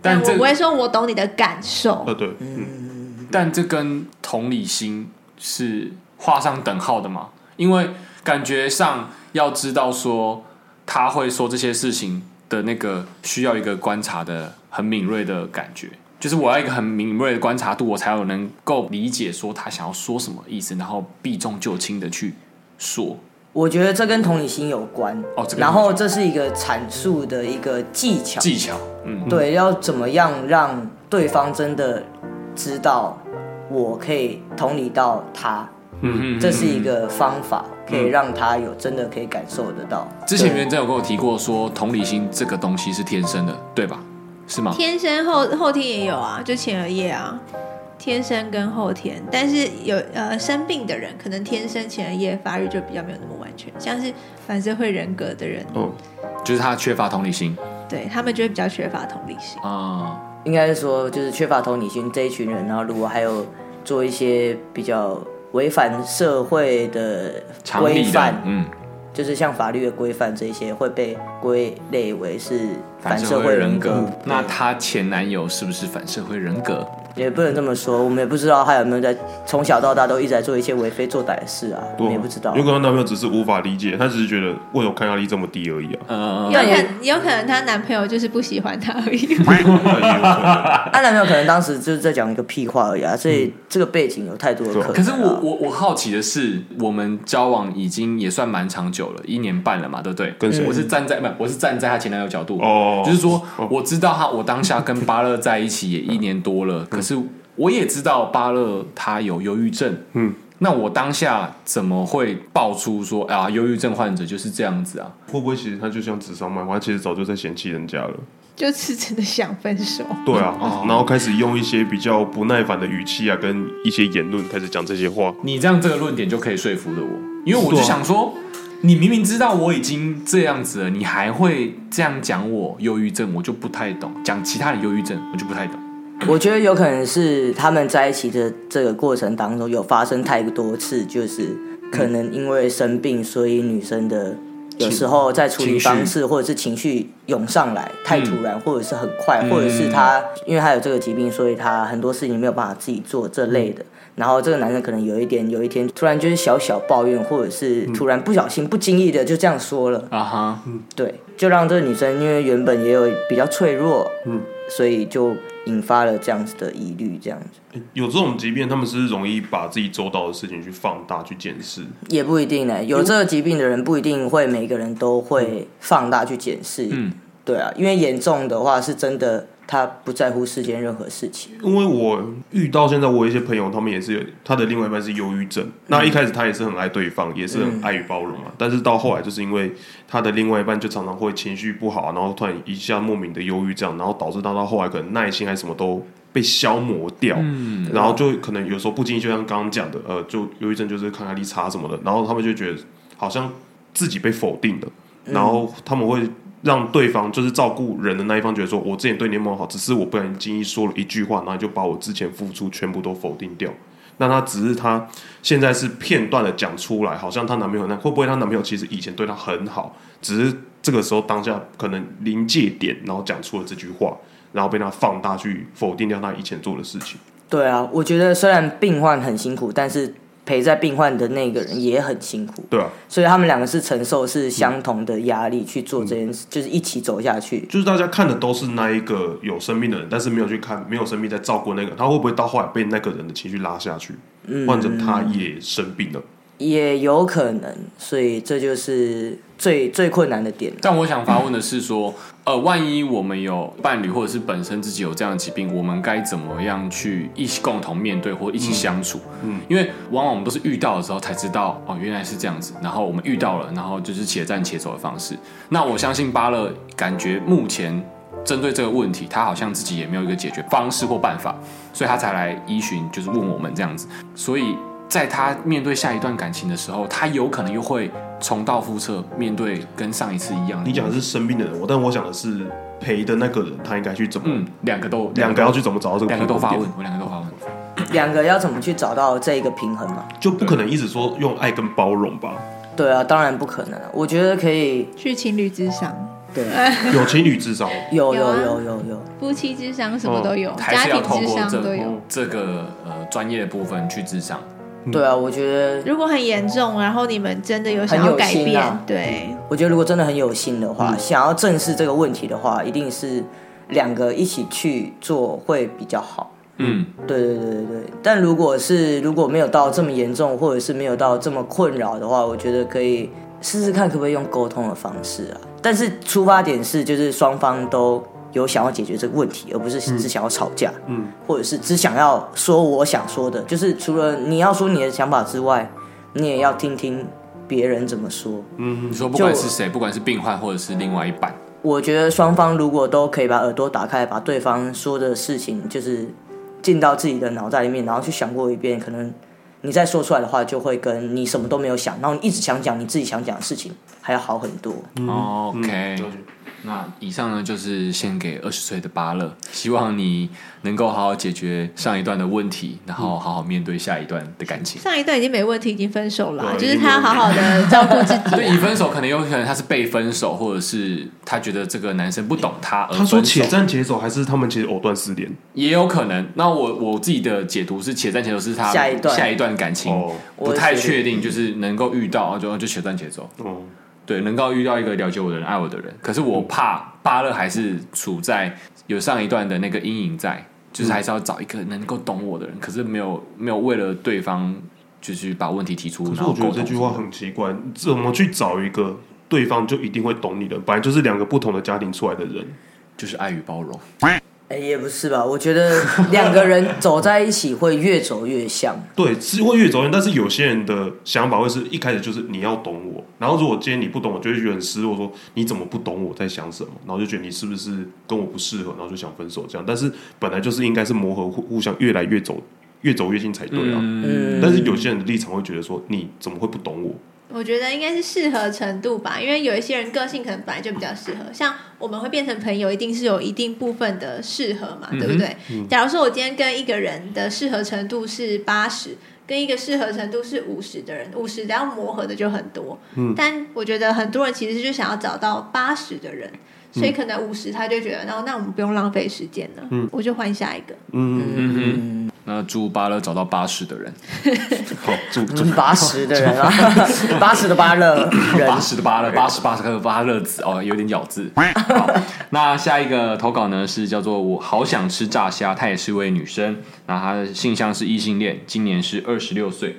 [SPEAKER 1] 但
[SPEAKER 4] 我
[SPEAKER 1] 这
[SPEAKER 4] 不会说我懂你的感受
[SPEAKER 2] 呃，，对，嗯，
[SPEAKER 1] 但这跟同理心是画上等号的嘛？因为感觉上要知道说他会说这些事情的那个，需要一个观察的很敏锐的感觉，就是我要一个很敏锐的观察度，我才有能够理解说他想要说什么意思，然后避重就轻的去说。
[SPEAKER 3] 我觉得这跟同理心有关
[SPEAKER 1] 哦这跟
[SPEAKER 3] 然后这是一个阐述的一个技巧，
[SPEAKER 1] 技巧，嗯，
[SPEAKER 3] 对，要怎么样让对方真的知道我可以同理到他，
[SPEAKER 1] 嗯
[SPEAKER 3] 这是一个方法，可以让他有真的可以感受得到。
[SPEAKER 1] 之前元真有跟我提过说，同理心这个东西是天生的，对吧？是吗？
[SPEAKER 4] 天生后后天也有啊，就前额叶啊，天生跟后天，但是有呃生病的人，可能天生前额叶发育就比较没有那么完全，像是反社会人格的人，
[SPEAKER 2] 哦，
[SPEAKER 1] 就是他缺乏同理心
[SPEAKER 4] 对他们就会比较缺乏同理心。
[SPEAKER 1] 啊、
[SPEAKER 3] 应该是说，就是缺乏同理心这一群人，然后如果还有做一些比较违反社会的
[SPEAKER 1] 常
[SPEAKER 3] 规
[SPEAKER 1] 理的
[SPEAKER 3] 范，，
[SPEAKER 1] 嗯，
[SPEAKER 3] 就是像法律的规范这些，会被归类为是反社
[SPEAKER 1] 会
[SPEAKER 3] 会
[SPEAKER 1] 人
[SPEAKER 3] 人格。
[SPEAKER 1] 格。那她前男友是不是反社会人格？
[SPEAKER 3] 也不能这么说，我们也不知道他有没有在从小到大都一直在做一些为非作歹的事啊，我
[SPEAKER 2] 对啊
[SPEAKER 3] 们也不知道
[SPEAKER 2] 有。可能她男朋友只是无法理解，她只是觉得为什么抗压力这么低 而已啊，
[SPEAKER 1] 呃，
[SPEAKER 4] 有
[SPEAKER 3] 那也
[SPEAKER 4] 可有可能她男朋友就是不喜欢她而已，
[SPEAKER 2] 也有可能
[SPEAKER 3] 她男朋友可能当时就是在讲一个屁话而已啊，所以这个背景有太多的可能、啊。
[SPEAKER 1] 可是我我我好奇的是，我们交往已经也算蛮长久了，一年半了嘛，对不对？
[SPEAKER 2] 跟谁
[SPEAKER 1] 我是站在不，我是站在她前男友角度，
[SPEAKER 2] 哦
[SPEAKER 1] 就是说我知道她，我当下跟巴勒在一起也一年多
[SPEAKER 2] 嗯
[SPEAKER 1] 了，可是我也知道巴勒他有忧郁症，
[SPEAKER 2] 嗯，
[SPEAKER 1] 那我当下怎么会爆出说啊，忧郁症患者就是这样子啊？
[SPEAKER 2] 会不会其实她就像纸上漫画，她其实早就在嫌弃人家了，
[SPEAKER 4] 就是真的想分手。
[SPEAKER 2] 对啊，然后开始用一些比较不耐烦的语气啊，跟一些言论开始讲这些话，
[SPEAKER 1] 你这样这个论点就可以说服了我，因为我就
[SPEAKER 2] 对啊
[SPEAKER 1] 想说，你明明知道我已经这样子了，你还会这样讲我忧郁症，我就不太懂；讲其他人忧郁症，我就不太懂。
[SPEAKER 3] 我觉得有可能是他们在一起的这个过程当中有发生太多次，就是可能因为生病，所以女生的有时候在处理方式或者是情绪涌上来太突然，或者是很快，或者是她因为她有这个疾病，所以她很多事情没有办法自己做这类的。然后这个男生可能有一点，有一天突然就是小小抱怨，或者是突然不小心、不经意的就这样说了，
[SPEAKER 1] 啊哈，
[SPEAKER 3] 对，就让这个女生因为原本也有比较脆弱，嗯，所以就引发了这样子的疑虑，这样子
[SPEAKER 2] 有这种疾病，他们是容易把自己周到的事情去放大去检视，
[SPEAKER 3] 也不一定呢、啊有这个疾病的人不一定会每个人都会放大去检视，
[SPEAKER 1] 嗯，
[SPEAKER 3] 对啊，因为严重的话是真的，他不在乎世间任何事情，
[SPEAKER 2] 因为我遇到现在，我有一些朋友，他们也是有他的另外一半是忧郁症。那一开始他也是很爱对方，也是很爱与包容嘛。但是到后来，就是因为他的另外一半就常常会情绪不好，然后突然一下莫名的忧郁这样，然后导致他到后来可能耐心还是什么都被消磨掉。嗯，然后就可能有时候不经意，就像刚刚讲的，呃，就忧郁症就是抗压力差什么的，然后他们就觉得好像自己被否定了，然后他们会让对方就是照顾人的那一方觉得说，我之前对你那么好，只是我不小心经意说了一句话，然后你就把我之前付出全部都否定掉。那她只是她现在是片段的讲出来，好像她男朋友那会不会她男朋友其实以前对她很好，只是这个时候当下可能临界点，然后讲出了这句话，然后被她放大去否定掉她以前做的事情。
[SPEAKER 3] 对啊，我觉得虽然病患很辛苦，但是陪在病患的那个人也很辛苦，
[SPEAKER 2] 对啊，
[SPEAKER 3] 所以他们两个是承受是相同的压力去做这件事，就是一起走下去，
[SPEAKER 2] 就是大家看的都是那一个有生命的人，但是没有去看没有生命在照顾那个人，他会不会到后来被那个人的情绪拉下去，换成他也生病了？
[SPEAKER 3] 也有可能，所以这就是最最困难的点。
[SPEAKER 1] 但我想发问的是说，呃，万一我们有伴侣或者是本身自己有这样的疾病，我们该怎么样去一起共同面对或一起相处？嗯，因为往往我们都是遇到的时候才知道，哦，原来是这样子。然后我们遇到了，然后就是且战且走的方式。那我相信巴勒感觉目前针对这个问题，他好像自己也没有一个解决方式或办法，所以他才来依循，就是问我们这样子。所以在他面对下一段感情的时候，他有可能又会重蹈覆辙，面对跟上一次一样的。
[SPEAKER 2] 你讲的是生病的人，我但我想的是陪的那个人，他应该去怎么、
[SPEAKER 1] 嗯，两个都
[SPEAKER 2] 两个要去怎么找到这个
[SPEAKER 1] 两个都
[SPEAKER 2] 平
[SPEAKER 1] 发
[SPEAKER 2] 衡点
[SPEAKER 1] 问，，我两个都发问。
[SPEAKER 3] 两个要怎么去找到这一个平衡啊嘛？
[SPEAKER 2] 就不可能一直说用爱跟包容吧？
[SPEAKER 3] 对啊，当然不可能啊。我觉得可以，
[SPEAKER 4] 去情侣之上，
[SPEAKER 3] 对，
[SPEAKER 2] 有情 侣哦智商，
[SPEAKER 3] 有
[SPEAKER 4] 有
[SPEAKER 3] 有
[SPEAKER 4] 啊
[SPEAKER 3] 有有有，
[SPEAKER 4] 夫妻之商什么都有，
[SPEAKER 1] 哦还
[SPEAKER 4] 家
[SPEAKER 1] 是要
[SPEAKER 4] 庭
[SPEAKER 1] 透
[SPEAKER 4] 之
[SPEAKER 1] 过
[SPEAKER 4] 商都有
[SPEAKER 1] 这。这个呃专业的部分去智商。
[SPEAKER 3] 对啊，我觉得，
[SPEAKER 4] 如果很严重，然后你们真的有想要改
[SPEAKER 3] 很有心
[SPEAKER 4] 变，
[SPEAKER 3] 啊
[SPEAKER 4] 对，
[SPEAKER 3] 我觉得如果真的很有心的话，想要正视这个问题的话，一定是两个一起去做会比较好。
[SPEAKER 1] 嗯，
[SPEAKER 3] 对对对对对，但如果是如果没有到这么严重，或者是没有到这么困扰的话，我觉得可以试试看可不可以用沟通的方式啊。但是出发点是就是双方都有想要解决这个问题，而不是只想要吵架，嗯，或者是只想要说我想说的，就是除了你要说你的想法之外，你也要听听别人怎么说。
[SPEAKER 2] 嗯
[SPEAKER 1] 你说不管
[SPEAKER 3] 就是
[SPEAKER 1] 谁，不管是病患或者是另外一半，
[SPEAKER 3] 我觉得双方如果都可以把耳朵打开，把对方说的事情就是进到自己的脑袋里面，然后去想过一遍，可能你再说出来的话，就会跟你什么都没有想，然后你一直想讲你自己想讲的事情，还要好很多。
[SPEAKER 1] 哦 OK，、那以上呢就是献给二十岁的芭乐，希望你能够好好解决上一段的问题，然后好好面对下一段的感情。
[SPEAKER 4] 上一段已经没问题，已经分手了啊，
[SPEAKER 2] 对
[SPEAKER 4] 就是他要好好的照 顾自己。
[SPEAKER 1] 对，已分手可能有可能他是被分手，或者是他觉得这个男生不懂他而
[SPEAKER 2] 他说
[SPEAKER 1] 呃分
[SPEAKER 2] 且
[SPEAKER 1] 手，
[SPEAKER 2] 战且走，还是他们其实藕断丝连？
[SPEAKER 1] 也有可能。那我我自己的解读是，且战且走是他
[SPEAKER 3] 下一段
[SPEAKER 1] 下一段感情、
[SPEAKER 2] 哦
[SPEAKER 3] 我
[SPEAKER 1] 不太
[SPEAKER 3] 也觉得
[SPEAKER 1] 确定，就是能够遇到哦就就且战且走。
[SPEAKER 2] 哦，
[SPEAKER 1] 对，能够遇到一个了解我的人、爱我的人。可是我
[SPEAKER 2] 嗯
[SPEAKER 1] 怕巴勒还是处在有上一段的那个阴影在，就是还是要找一个能够懂我的人。可是没有没有为了对方就是把问题提出，
[SPEAKER 2] 可
[SPEAKER 1] 然
[SPEAKER 2] 是
[SPEAKER 1] 后
[SPEAKER 2] 我
[SPEAKER 1] 沟
[SPEAKER 2] 觉得
[SPEAKER 1] 通。
[SPEAKER 2] 这句话很奇怪，怎么去找一个对方就一定会懂你的？本来就是两个不同的家庭出来的人，
[SPEAKER 1] 就是爱与包容。
[SPEAKER 3] 哎，也不是吧？我觉得两个人走在一起会越走越像。
[SPEAKER 2] 对，是会越走越远。但是有些人的想法会是一开始就是你要懂我，然后如果今天你不懂我，就会觉得很失落，说你怎么不懂我在想什么，然后就觉得你是不是跟我不适合，然后就想分手这样。但是本来就是应该是磨合，互互相越来越走，越走越近才对啊。
[SPEAKER 3] 嗯，
[SPEAKER 2] 但是有些人的立场会觉得说，你怎么会不懂我？
[SPEAKER 4] 我觉得应该是适合程度吧，因为有一些人个性可能本来就比较适合，像我们会变成朋友，一定是有一定部分的适合嘛，对不对？假如说我今天跟一个人的适合程度是八十，跟一个适合程度是五十的人，五十只要磨合的就很多，但我觉得很多人其实就想要找到八十的人。所以可能五十，他就觉得，那那我们不用浪费时间了，我就换下一个。
[SPEAKER 1] 那祝巴勒找到八十的人，
[SPEAKER 2] 好，祝祝
[SPEAKER 3] 嗯八十的人啊，八十的巴勒 人
[SPEAKER 1] 八十的巴勒，八十八十个巴勒子哦，有点咬字。好，那下一个投稿呢是叫做我好想吃炸虾，她也是位女生，那她的性向是异性恋，今年是二十六岁，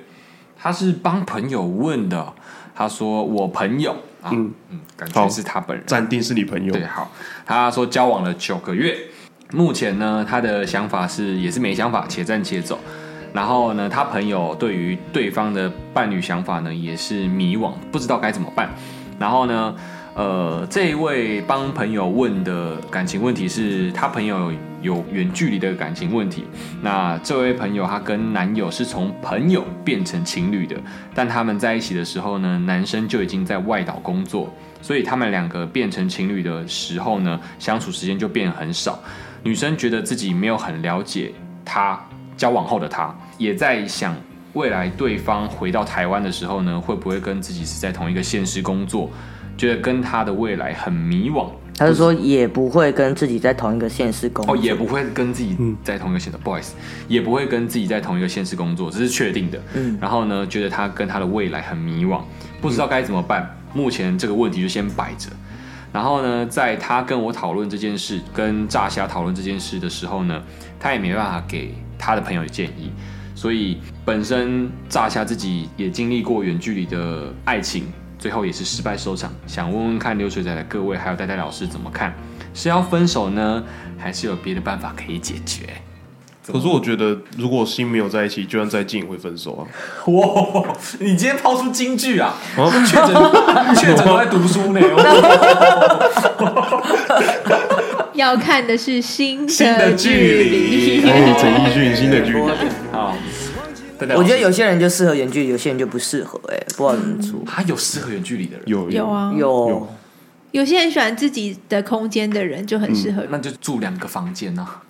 [SPEAKER 1] 她是帮朋友问的，她说我朋友啊，嗯感觉
[SPEAKER 2] 好
[SPEAKER 1] 是她本人，
[SPEAKER 2] 暂定是你朋友。
[SPEAKER 1] 对，啊好，她说交往了九个月，目前呢她的想法是也是没想法，且战且走。然后呢，她朋友对于对方的伴侣想法呢也是迷惘，不知道该怎么办。然后呢，呃，这一位帮朋友问的感情问题是她朋友有远距离的感情问题。那这位朋友她跟男友是从朋友变成情侣的，但他们在一起的时候呢，男生就已经在外岛工作，所以他们两个变成情侣的时候呢，相处时间就变得很少。女生觉得自己没有很了解他交往后的他，也在想未来对方回到台湾的时候呢，会不会跟自己是在同一个县市工作，觉得跟他的未来很迷惘。
[SPEAKER 3] 他是说也不会跟自己在同一个县市工作，嗯
[SPEAKER 1] 哦，也不会跟自己在同一个县市、不好意思，也不会跟自己在同一个县市工作，这是确定的。嗯，然后呢，觉得他跟他的未来很迷惘，不知道该怎么办。目前这个问题就先摆着。然后呢，在他跟我讨论这件事，跟炸虾讨论这件事的时候呢，他也没办法给他的朋友建议，所以本身炸虾自己也经历过远距离的爱情，最后也是失败收场。想问问看流水仔的各位，还有戴戴老师怎么看？是要分手呢，还是有别的办法可以解决？
[SPEAKER 2] 可是我觉得如果心没有在一起，就算再近也会分手啊。
[SPEAKER 1] 哇，你今天抛出金句啊！确诊确诊都在读书呢，哦
[SPEAKER 4] 要看的是新
[SPEAKER 1] 新的
[SPEAKER 4] 距
[SPEAKER 1] 距离哦
[SPEAKER 4] 离。
[SPEAKER 2] 哎，陈奕迅新的剧，
[SPEAKER 1] 好，戴戴老
[SPEAKER 3] 我
[SPEAKER 1] 师
[SPEAKER 3] 觉得有些人就适合远距离，有些人就不适合、哎，不知道怎么做。
[SPEAKER 1] 还有适合远距离的人，
[SPEAKER 2] 有
[SPEAKER 4] 有，啊，
[SPEAKER 3] 有
[SPEAKER 4] 有些很喜欢自己的空间的人就很适合。
[SPEAKER 1] 那就住两个房间啊。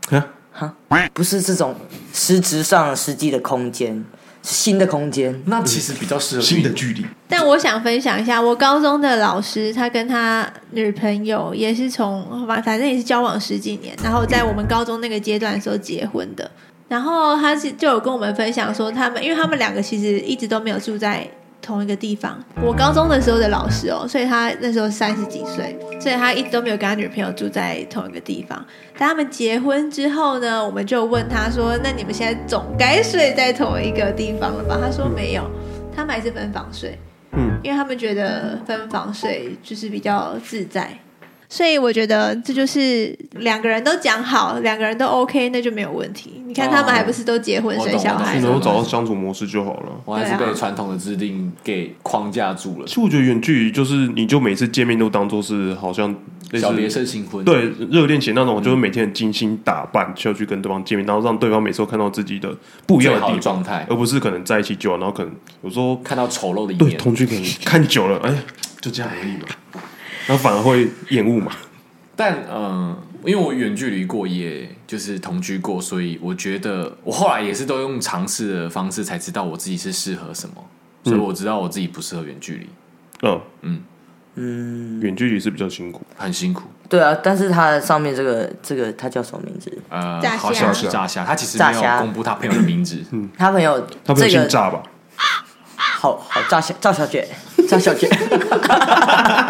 [SPEAKER 3] 不是这种实质上实际的空间，新的空间，
[SPEAKER 1] 那其实比较适合
[SPEAKER 2] 新的距离，
[SPEAKER 4] 但我想分享一下，我高中的老师，他跟他女朋友也是从反反正也是交往十几年，然后在我们高中那个阶段的时候结婚的。然后他是就有跟我们分享说，他们因为他们两个其实一直都没有住在同一个地方。我高中的时候的老师哦，所以他那时候三十几岁，所以他一直都没有跟他女朋友住在同一个地方。当他们结婚之后呢，我们就问他说：“那你们现在总该睡在同一个地方了吧？”他说没有，他们还是分房睡。
[SPEAKER 2] 嗯，
[SPEAKER 4] 因为他们觉得分房睡就是比较自在，所以我觉得这就是两个人都讲好，两个人都 OK，那就没有问题。你看他们还不是都结婚
[SPEAKER 1] 我
[SPEAKER 4] 生
[SPEAKER 1] 懂
[SPEAKER 4] 小
[SPEAKER 1] 我
[SPEAKER 4] 孩
[SPEAKER 1] 懂
[SPEAKER 2] 然
[SPEAKER 1] 我
[SPEAKER 2] 后
[SPEAKER 1] 懂
[SPEAKER 4] 了？
[SPEAKER 2] 找到相处模式就好了。
[SPEAKER 1] 我还是
[SPEAKER 4] 对啊
[SPEAKER 1] 被传统的制定给框架住了
[SPEAKER 2] 其。实我觉得远距离就是，你就每次见面都当做是好像类
[SPEAKER 1] 小别
[SPEAKER 2] 似
[SPEAKER 1] 胜新婚，，
[SPEAKER 2] 对热恋前那种，就是每天很精心打扮，就要去跟对方见面，然后让对方每次都看到自己的不一
[SPEAKER 1] 最
[SPEAKER 2] 样的
[SPEAKER 1] 好
[SPEAKER 2] 地
[SPEAKER 1] 的
[SPEAKER 2] 方，
[SPEAKER 1] 状态，
[SPEAKER 2] 而不是可能在一起久了，然后可能有时候
[SPEAKER 1] 看到丑陋的一
[SPEAKER 2] 对
[SPEAKER 1] 面。
[SPEAKER 2] 同居可能看久了，哎，就这样而已嘛，然后反而会厌恶嘛。
[SPEAKER 1] 但嗯、呃因为我远距离过，也就是同居过，所以我觉得我后来也是都用尝试的方式才知道我自己是适合什么，所以我知道我自己不适合远距离，
[SPEAKER 2] 嗯
[SPEAKER 1] 嗯
[SPEAKER 2] 嗯，远距离是比较辛苦，
[SPEAKER 1] 很辛苦。
[SPEAKER 3] 对啊，但是它上面这个这个它叫什么名字？
[SPEAKER 1] 呃，
[SPEAKER 4] 炸虾
[SPEAKER 1] 好像是炸虾，他其实
[SPEAKER 3] 炸
[SPEAKER 1] 没有
[SPEAKER 3] 虾
[SPEAKER 1] 公布他朋友的名字，
[SPEAKER 2] 嗯
[SPEAKER 3] 他朋友
[SPEAKER 2] 他不
[SPEAKER 3] 这
[SPEAKER 2] 会
[SPEAKER 3] 个
[SPEAKER 2] 姓炸吧？
[SPEAKER 3] 好好赵小赵小姐，赵小姐，
[SPEAKER 4] 哎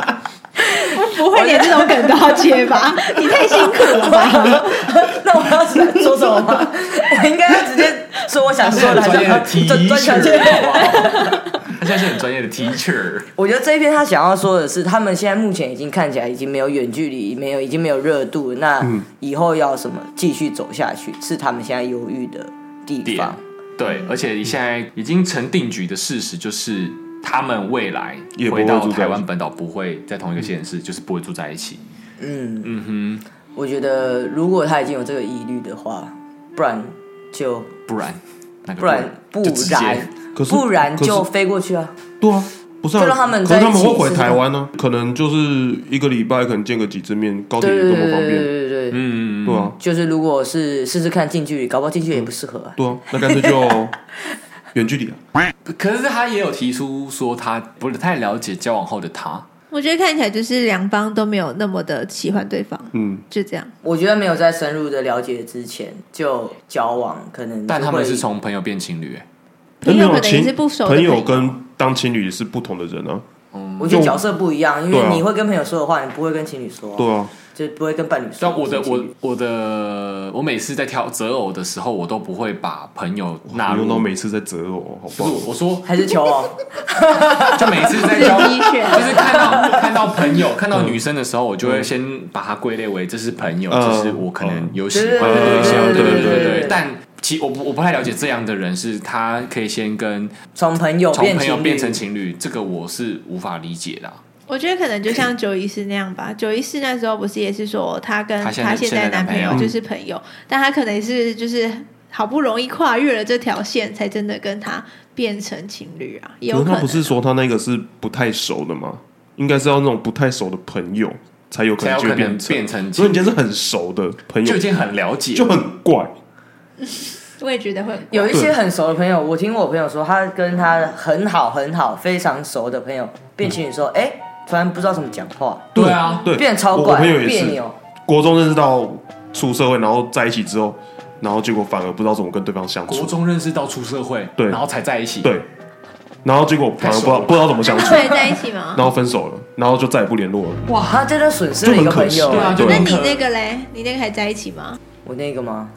[SPEAKER 4] 不会连这种梗都要接 吧？你太辛苦了吧？
[SPEAKER 3] 那我要说什么吗？我应该要直接说我想
[SPEAKER 1] 他
[SPEAKER 3] 说
[SPEAKER 1] 是
[SPEAKER 3] 的，
[SPEAKER 1] 很 专业的
[SPEAKER 3] 还是要
[SPEAKER 1] teacher，
[SPEAKER 3] 赵小姐。
[SPEAKER 1] 好不好？ 他现在是很专业的 teacher，
[SPEAKER 3] 我觉得这一篇他想要说的是，他们现在目前已经看起来已经没有远距离，没有已经没有热度，那
[SPEAKER 1] 嗯
[SPEAKER 3] 以后要什么继续走下去，是他们现在犹豫的地方。
[SPEAKER 1] 对，而且现在已经成定局的事实就是，他们未来
[SPEAKER 2] 也不
[SPEAKER 1] 回
[SPEAKER 2] 会
[SPEAKER 1] 到
[SPEAKER 2] 住在
[SPEAKER 1] 台
[SPEAKER 2] 一
[SPEAKER 1] 湾
[SPEAKER 2] 起
[SPEAKER 1] 本岛不会在同一个县市，就是不会住在一起。
[SPEAKER 3] 嗯，
[SPEAKER 1] 嗯
[SPEAKER 3] 我觉得如果他已经有这个疑虑的话，不然就
[SPEAKER 1] 哼，不然那个
[SPEAKER 3] 不然不
[SPEAKER 1] 就直接
[SPEAKER 3] 然
[SPEAKER 2] 可是
[SPEAKER 3] 不然
[SPEAKER 2] 可是
[SPEAKER 3] 就飞过去啊。
[SPEAKER 2] 对啊，不是、啊，
[SPEAKER 3] 就让他们
[SPEAKER 2] 可
[SPEAKER 3] 在
[SPEAKER 2] 是
[SPEAKER 3] 一起
[SPEAKER 2] 他们会回台湾呢、可能就是一个礼拜，可能见个几次面，高铁
[SPEAKER 3] 对
[SPEAKER 2] 也
[SPEAKER 3] 对
[SPEAKER 2] 多么
[SPEAKER 3] 对对
[SPEAKER 2] 方
[SPEAKER 3] 对
[SPEAKER 2] 便，
[SPEAKER 3] 对对对，
[SPEAKER 1] 嗯嗯嗯
[SPEAKER 2] 对啊，
[SPEAKER 3] 就是如果是试试看近距离，搞不好近距离也不适合
[SPEAKER 1] 嗯
[SPEAKER 3] 啊。
[SPEAKER 2] 对啊，那干脆就远距离啊，
[SPEAKER 1] 可是他也有提出说，他不太了解交往后的他，
[SPEAKER 4] 我觉得看起来就是两方都没有那么的喜欢对方，
[SPEAKER 2] 嗯，
[SPEAKER 4] 就这样。
[SPEAKER 3] 我觉得没有在深入的了解之前就交往，可能
[SPEAKER 1] 但他们
[SPEAKER 3] 会
[SPEAKER 1] 是从朋友变情侣、欸，
[SPEAKER 4] 朋友可能也
[SPEAKER 2] 情
[SPEAKER 4] 是不熟的
[SPEAKER 2] 朋
[SPEAKER 4] 朋友
[SPEAKER 2] 友跟当情侣是不同的人啊，
[SPEAKER 3] 我觉得角色不一样，因
[SPEAKER 2] 对
[SPEAKER 3] 为
[SPEAKER 2] 啊
[SPEAKER 3] 你会跟朋友说的话，你不会跟情侣说啊、
[SPEAKER 2] 对啊，
[SPEAKER 3] 就不会跟伴侣说。
[SPEAKER 1] 但我的
[SPEAKER 3] 是情
[SPEAKER 1] 我
[SPEAKER 3] 侣
[SPEAKER 1] 我的我每次在挑择偶的时候，我都不会把朋友纳入
[SPEAKER 2] 你用。到每次在择偶，好
[SPEAKER 1] 不
[SPEAKER 2] 棒
[SPEAKER 1] 是，我说
[SPEAKER 3] 还是求偶，
[SPEAKER 1] 就每次在交，
[SPEAKER 4] 是鸡血
[SPEAKER 1] 就是看到看到朋友、看到女生的时候，我就会先把它归类为这是朋友，
[SPEAKER 2] 嗯
[SPEAKER 1] 这是我可能有喜欢的
[SPEAKER 2] 对
[SPEAKER 1] 对象，
[SPEAKER 2] 对
[SPEAKER 1] 对
[SPEAKER 2] 对
[SPEAKER 1] 对
[SPEAKER 2] 对对
[SPEAKER 1] 对。但其我不我不太了解这样的人是他可以先跟
[SPEAKER 3] 从朋友
[SPEAKER 1] 从
[SPEAKER 3] 变
[SPEAKER 1] 朋
[SPEAKER 3] 情
[SPEAKER 1] 友
[SPEAKER 3] 侣，
[SPEAKER 1] 变成情侣，这个我是无法理解的啊。
[SPEAKER 4] 我觉得可能就像九一四那 样吧。九一四那时候不是也是说她跟
[SPEAKER 1] 她现在
[SPEAKER 4] 她现在
[SPEAKER 1] 现在男
[SPEAKER 4] 男
[SPEAKER 1] 朋
[SPEAKER 4] 朋
[SPEAKER 1] 友
[SPEAKER 4] 友就是朋友，但她可能是就是好不容易跨越了这条线，才真的跟他变成情侣啊，也
[SPEAKER 2] 可
[SPEAKER 4] 有可
[SPEAKER 2] 是他
[SPEAKER 4] 能。
[SPEAKER 2] 不是说他那个是不太熟的吗？应该是要那种不太熟的朋友才有可
[SPEAKER 1] 才有
[SPEAKER 2] 能就
[SPEAKER 1] 可
[SPEAKER 2] 会
[SPEAKER 1] 能
[SPEAKER 2] 变
[SPEAKER 1] 变成
[SPEAKER 2] 所
[SPEAKER 1] 情
[SPEAKER 2] 以你
[SPEAKER 1] 侣，
[SPEAKER 2] 今天是很熟的朋
[SPEAKER 1] 就
[SPEAKER 2] 友
[SPEAKER 1] 已，经很了解，
[SPEAKER 2] 就很怪，
[SPEAKER 4] 我也觉得会很
[SPEAKER 3] 有一些很熟的朋友，我听我朋友说，他跟他很好很好非常熟的朋友变情侣说，哎、突然不知道怎么讲话，
[SPEAKER 1] 对啊
[SPEAKER 2] 对，
[SPEAKER 3] 变超
[SPEAKER 2] 我
[SPEAKER 3] 怪，
[SPEAKER 2] 我朋友也
[SPEAKER 3] 别
[SPEAKER 2] 是，
[SPEAKER 3] 扭。
[SPEAKER 2] 国中认识到出社会，然后在一起之后，然后结果反而不知道怎么跟对方相
[SPEAKER 1] 国
[SPEAKER 2] 处，
[SPEAKER 1] 中认识到出社会，
[SPEAKER 2] 对
[SPEAKER 1] 然后才在一起，
[SPEAKER 2] 对，然后结果反而不知道
[SPEAKER 1] 太熟了
[SPEAKER 2] 不知道怎么相处，
[SPEAKER 4] 会在一起 吗？
[SPEAKER 2] 然后分手了，然后就再也不联络了。
[SPEAKER 3] 哇，他真的损失了一个朋友、
[SPEAKER 2] 就很可惜对啊
[SPEAKER 3] 哎
[SPEAKER 2] 就
[SPEAKER 4] 那
[SPEAKER 1] 很
[SPEAKER 4] 你那个嘞？你那个还在一起吗？
[SPEAKER 3] 我那个吗？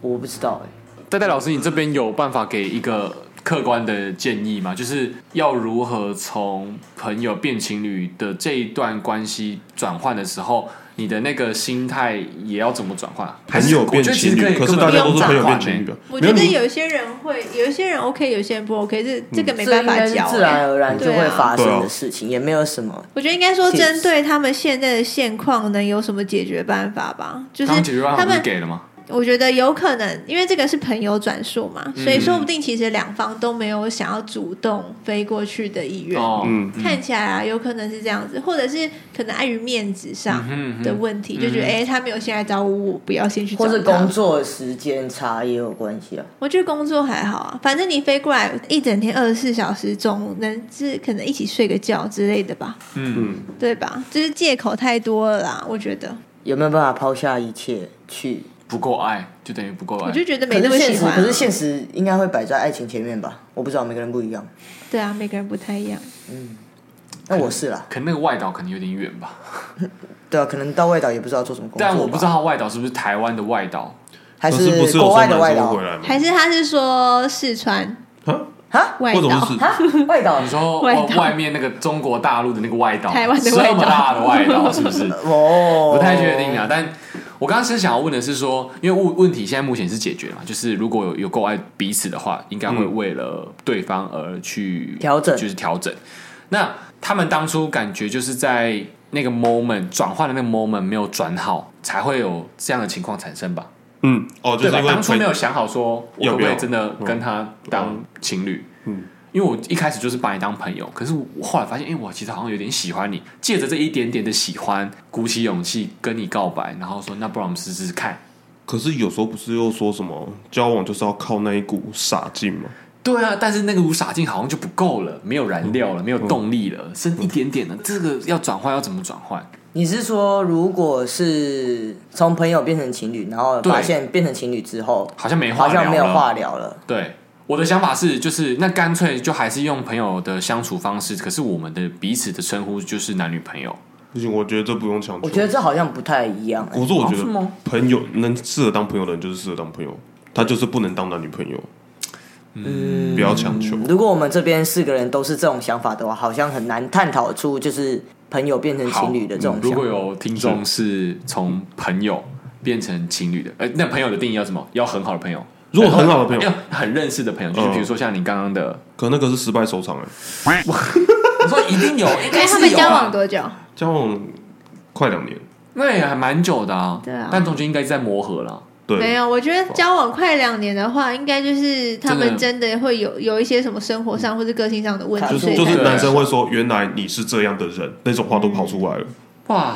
[SPEAKER 3] 我不知道哎、
[SPEAKER 1] 戴戴老师，你这边有办法给一个客观的建议吗？就是要如何从朋友变情侣的这一段关系转换的时候，你的那个心态也要怎么转换？啊
[SPEAKER 2] 朋友变情侣，可
[SPEAKER 1] 可
[SPEAKER 2] 是大家都是朋友变
[SPEAKER 1] 欸
[SPEAKER 2] 情侣。的，
[SPEAKER 4] 我
[SPEAKER 2] 没
[SPEAKER 4] 觉
[SPEAKER 2] 有嗯
[SPEAKER 4] 得
[SPEAKER 2] 你
[SPEAKER 4] 有一些人会，有一些人 OK，有一些人不 OK，这这个没
[SPEAKER 3] 这
[SPEAKER 4] 办
[SPEAKER 3] 应
[SPEAKER 4] 法
[SPEAKER 3] 该是
[SPEAKER 4] 教、
[SPEAKER 3] 自然
[SPEAKER 4] 欸
[SPEAKER 3] 而然就
[SPEAKER 4] 对
[SPEAKER 3] 会
[SPEAKER 4] 啊
[SPEAKER 3] 发生
[SPEAKER 2] 对啊
[SPEAKER 3] 的事情，也没有什么。
[SPEAKER 4] 我觉得应该说，
[SPEAKER 3] Tips
[SPEAKER 4] 针对他们现在的现况，能有什么解决办法吧？就是
[SPEAKER 1] 刚刚解决办法
[SPEAKER 4] 他
[SPEAKER 1] 不是
[SPEAKER 4] 们
[SPEAKER 1] 给了吗？
[SPEAKER 4] 我觉得有可能，因为这个是朋友转述嘛，
[SPEAKER 1] 嗯
[SPEAKER 4] 所以说不定其实两方都没有想要主动飞过去的意愿。
[SPEAKER 1] 哦，
[SPEAKER 2] 嗯
[SPEAKER 4] 看起来啊，有可能是这样子，或者是可能碍于面子上
[SPEAKER 1] 嗯哼
[SPEAKER 4] 的问题，就觉得哎、诶他没有先来找我，我不要先去找
[SPEAKER 3] 或
[SPEAKER 4] 他。
[SPEAKER 3] 是工作时间差也有关系啊。
[SPEAKER 4] 我觉得工作还好啊，反正你飞过来一整天二十四小时，总能是可能一起睡个觉之类的吧，
[SPEAKER 1] 嗯，
[SPEAKER 2] 嗯，
[SPEAKER 4] 对吧？就是借口太多了啦，我觉得，
[SPEAKER 1] 哎
[SPEAKER 3] 有没有办法抛下一切去？
[SPEAKER 1] 不够爱就等于不够爱
[SPEAKER 4] 我，就觉得没
[SPEAKER 3] 可
[SPEAKER 4] 那
[SPEAKER 3] 是
[SPEAKER 4] 么
[SPEAKER 3] 现
[SPEAKER 4] 喜
[SPEAKER 3] 实，
[SPEAKER 4] 欢啊、
[SPEAKER 3] 可是现实应该会摆在爱情前面吧？我不知道，每个人不一样。
[SPEAKER 4] 对啊，每个人不太一样。
[SPEAKER 3] 那我是啦，
[SPEAKER 1] 可能那个外岛可能有点远吧，
[SPEAKER 3] 对啊，可能到外岛也不知道做什么工作吧，
[SPEAKER 1] 但我不知道它外岛是不是台湾的外岛，
[SPEAKER 3] 还
[SPEAKER 2] 可是不是有
[SPEAKER 3] 国
[SPEAKER 2] 从
[SPEAKER 3] 外
[SPEAKER 2] 南
[SPEAKER 3] 的
[SPEAKER 2] 中
[SPEAKER 3] 外
[SPEAKER 2] 国
[SPEAKER 3] 岛
[SPEAKER 2] 回来吗？
[SPEAKER 4] 还是他是说四川
[SPEAKER 2] 啊，
[SPEAKER 3] 哈
[SPEAKER 4] 外
[SPEAKER 2] 或者
[SPEAKER 4] 岛
[SPEAKER 2] 是
[SPEAKER 3] 哈，外岛
[SPEAKER 1] 你说
[SPEAKER 4] 外
[SPEAKER 1] 外
[SPEAKER 4] 岛
[SPEAKER 1] 外面那个中国大陆的那个外岛，
[SPEAKER 4] 台湾的外岛
[SPEAKER 1] 这么大的外岛是不 是？
[SPEAKER 3] 哦，
[SPEAKER 1] 不太确定啊，但我刚刚是想要问的是说，因为问问题现在目前是解决了嘛，就是如果有有够爱彼此的话，应该会为了对方而去
[SPEAKER 3] 调整
[SPEAKER 1] 就是调整。那他们当初感觉就是在那个 moment 转换的那个 moment 没有转好，才会有这样的情况产生吧？
[SPEAKER 2] 嗯，哦，
[SPEAKER 1] 对
[SPEAKER 2] 就是
[SPEAKER 1] 吧？
[SPEAKER 2] 因为
[SPEAKER 1] 当初没有想好说我可
[SPEAKER 2] 要
[SPEAKER 1] 不嗯
[SPEAKER 2] 不要
[SPEAKER 1] 可以真的跟他当情侣，
[SPEAKER 2] 嗯，
[SPEAKER 1] 因为我一开始就是把你当朋友，可是我后来发现，哎、我其实好像有点喜欢你。借着这一点点的喜欢，鼓起勇气跟你告白，然后说，那不然我们试试看。
[SPEAKER 2] 可是有时候不是又说什么交往就是要靠那一股傻劲吗？
[SPEAKER 1] 对啊，但是那个无傻劲好像就不够了，没有燃料了，没有动力了，剩一点点了。这个要转换，要怎么转换？
[SPEAKER 3] 你是说，如果是从朋友变成情侣，然后
[SPEAKER 1] 对
[SPEAKER 3] 发现变成情侣之后，
[SPEAKER 1] 好像没话
[SPEAKER 3] 好
[SPEAKER 1] 聊了。
[SPEAKER 3] 像没有话聊了，
[SPEAKER 1] 对，我的想法是，就是那干脆就还是用朋友的相处方式，可是我们的彼此的称呼就是男女朋友。
[SPEAKER 2] 不行，我觉得这不用强求。
[SPEAKER 3] 我觉得这好像不太一样、欸。
[SPEAKER 2] 可是我觉
[SPEAKER 3] 哦是
[SPEAKER 2] 得
[SPEAKER 3] 吗
[SPEAKER 2] 朋友能适合当朋友的人就是适合当朋友，他就是不能当男女朋友。嗯，不要强求。
[SPEAKER 3] 欸如果我们这边四个人都是这种想法的话，好像很难探讨出就是朋友变成
[SPEAKER 1] 好嗯
[SPEAKER 3] 情侣的这种
[SPEAKER 1] 如
[SPEAKER 3] 想法。
[SPEAKER 1] 果有听众是从朋友变成情侣的，呃，那朋友的定义要什么？要很好的朋友，
[SPEAKER 2] 如果哦很好的朋友哦
[SPEAKER 1] 要，很认识的朋友，就是比如说像你刚刚的，
[SPEAKER 2] 可那个是失败收场哎、
[SPEAKER 1] 我说一 定有，应
[SPEAKER 4] 哎，
[SPEAKER 1] 该
[SPEAKER 4] 他
[SPEAKER 1] 是
[SPEAKER 4] 们
[SPEAKER 1] 有
[SPEAKER 4] 交往
[SPEAKER 1] 啊，
[SPEAKER 4] 多久？
[SPEAKER 2] 交往快两年，
[SPEAKER 1] 那也还蛮久的啊，
[SPEAKER 4] 对啊
[SPEAKER 1] 但中间应该在磨合了，
[SPEAKER 2] 对，
[SPEAKER 4] 没有，我觉得交往快两年的话，应该就是他们
[SPEAKER 1] 真
[SPEAKER 4] 真的会有有一些什么生活上或是个性上的问
[SPEAKER 3] 就
[SPEAKER 4] 题，
[SPEAKER 2] 就
[SPEAKER 4] 所以
[SPEAKER 2] 是
[SPEAKER 4] 才
[SPEAKER 2] 就是
[SPEAKER 1] 对
[SPEAKER 2] 男生会说，原来你是这样的人，那种话都跑出来了。
[SPEAKER 1] 哇，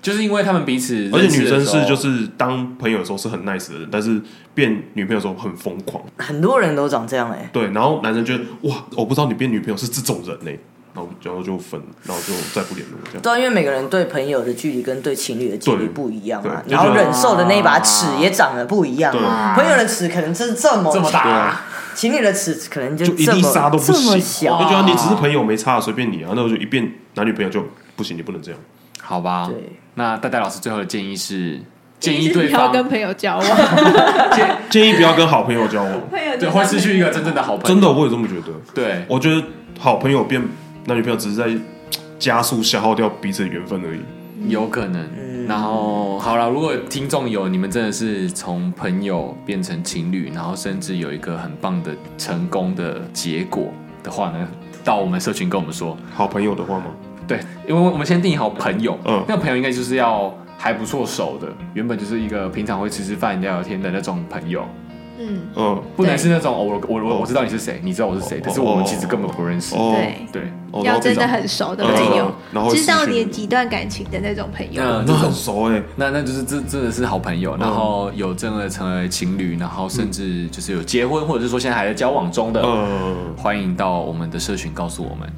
[SPEAKER 1] 就是因为他们彼此，
[SPEAKER 2] 而且女生是就。是当朋友的时候是很 nice 的人，但是变女朋友的时候很疯狂。
[SPEAKER 3] 很多人都长这样哎、欸，
[SPEAKER 2] 对，然后男生觉得哇，我不知道你变女朋友是这种人呢、然后然后就分，然后就再不联络这样。
[SPEAKER 3] 对啊，因为每个人对朋友的距离跟对情侣的距离
[SPEAKER 2] 对
[SPEAKER 3] 不一样啊，
[SPEAKER 2] 对
[SPEAKER 3] 然后
[SPEAKER 2] 就是
[SPEAKER 3] 忍受的那一把尺也长得不一样啊。朋友的尺可能是这么
[SPEAKER 1] 啊这么
[SPEAKER 2] 对
[SPEAKER 1] 大
[SPEAKER 2] 啊，
[SPEAKER 3] 情侣的尺可能就
[SPEAKER 2] 就一
[SPEAKER 3] 这
[SPEAKER 2] 粒
[SPEAKER 3] 么
[SPEAKER 2] 沙都不
[SPEAKER 3] 这么
[SPEAKER 2] 行，
[SPEAKER 3] 小啊
[SPEAKER 2] 我就觉得你只是朋友没差，随便你啊。那我就一变男女朋友就不行，你不能这样。
[SPEAKER 1] 好吧
[SPEAKER 3] 对？
[SPEAKER 1] 那戴戴老师最后的建议是，建
[SPEAKER 4] 建
[SPEAKER 1] 议
[SPEAKER 4] 议
[SPEAKER 1] 对
[SPEAKER 4] 不要
[SPEAKER 1] 方
[SPEAKER 4] 跟朋友交往，
[SPEAKER 1] 建
[SPEAKER 2] 建议不要跟好朋友交 往，
[SPEAKER 4] 朋友就
[SPEAKER 1] 对
[SPEAKER 4] 是
[SPEAKER 1] 会失去一个真正的好朋友，
[SPEAKER 2] 真的，我也这么觉得。
[SPEAKER 1] 对，
[SPEAKER 2] 我觉得好朋友变男女朋友只是在加速消耗掉彼此的缘分而已。
[SPEAKER 1] 有可能。
[SPEAKER 2] 嗯
[SPEAKER 1] 然后好了，如果听众有你们真的是从朋友变成情侣，然后甚至有一个很棒的成功的结果的话呢，到我们社群跟我们说。
[SPEAKER 2] 好朋友的话吗？
[SPEAKER 1] 对，因为我们先定义好朋友，
[SPEAKER 2] 嗯
[SPEAKER 1] 那个朋友应该就是要还不错熟的，原本就是一个平常会吃吃饭、聊聊天的那种朋友，
[SPEAKER 4] 嗯，
[SPEAKER 2] 嗯，
[SPEAKER 1] 不能
[SPEAKER 4] 对
[SPEAKER 1] 是那种、哦、我我我
[SPEAKER 2] 哦
[SPEAKER 1] 我知道你是谁，你知道我是谁，
[SPEAKER 2] 哦
[SPEAKER 1] 但是我们其实根本不认识。
[SPEAKER 2] 哦，
[SPEAKER 4] 对，
[SPEAKER 1] 对，
[SPEAKER 2] 哦
[SPEAKER 4] 要真的很熟的
[SPEAKER 2] 然后
[SPEAKER 4] 朋友
[SPEAKER 2] 嗯，然后会
[SPEAKER 4] 知道
[SPEAKER 2] 失去
[SPEAKER 4] 你的几段感情的那种朋友，
[SPEAKER 1] 那
[SPEAKER 2] 那很熟哎、
[SPEAKER 1] 那那就是真真的是好朋
[SPEAKER 3] 嗯
[SPEAKER 1] 友，然后有真的成为情侣，然后甚至就是有结婚，或者是说现在还在交往中的，
[SPEAKER 2] 嗯，
[SPEAKER 1] 欢迎到我们的社群告诉我们。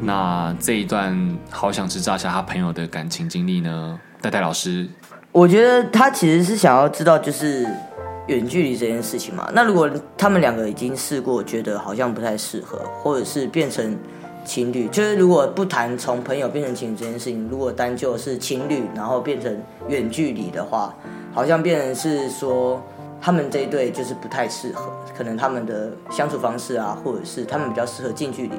[SPEAKER 1] 那这一段好想知道一下他朋友的感情经历呢？戴戴老师，
[SPEAKER 3] 我觉得他其实是想要知道就是远距离这件事情嘛。那如果他们两个已经试过，觉得好像不太适合，或者是变成情侣，就是如果不谈从朋友变成情侣这件事情，如果单就是情侣，然后变成远距离的话，好像变成是说他们这一对就是不太适合，可能他们的相处方式啊，或者是他们比较适合近距离，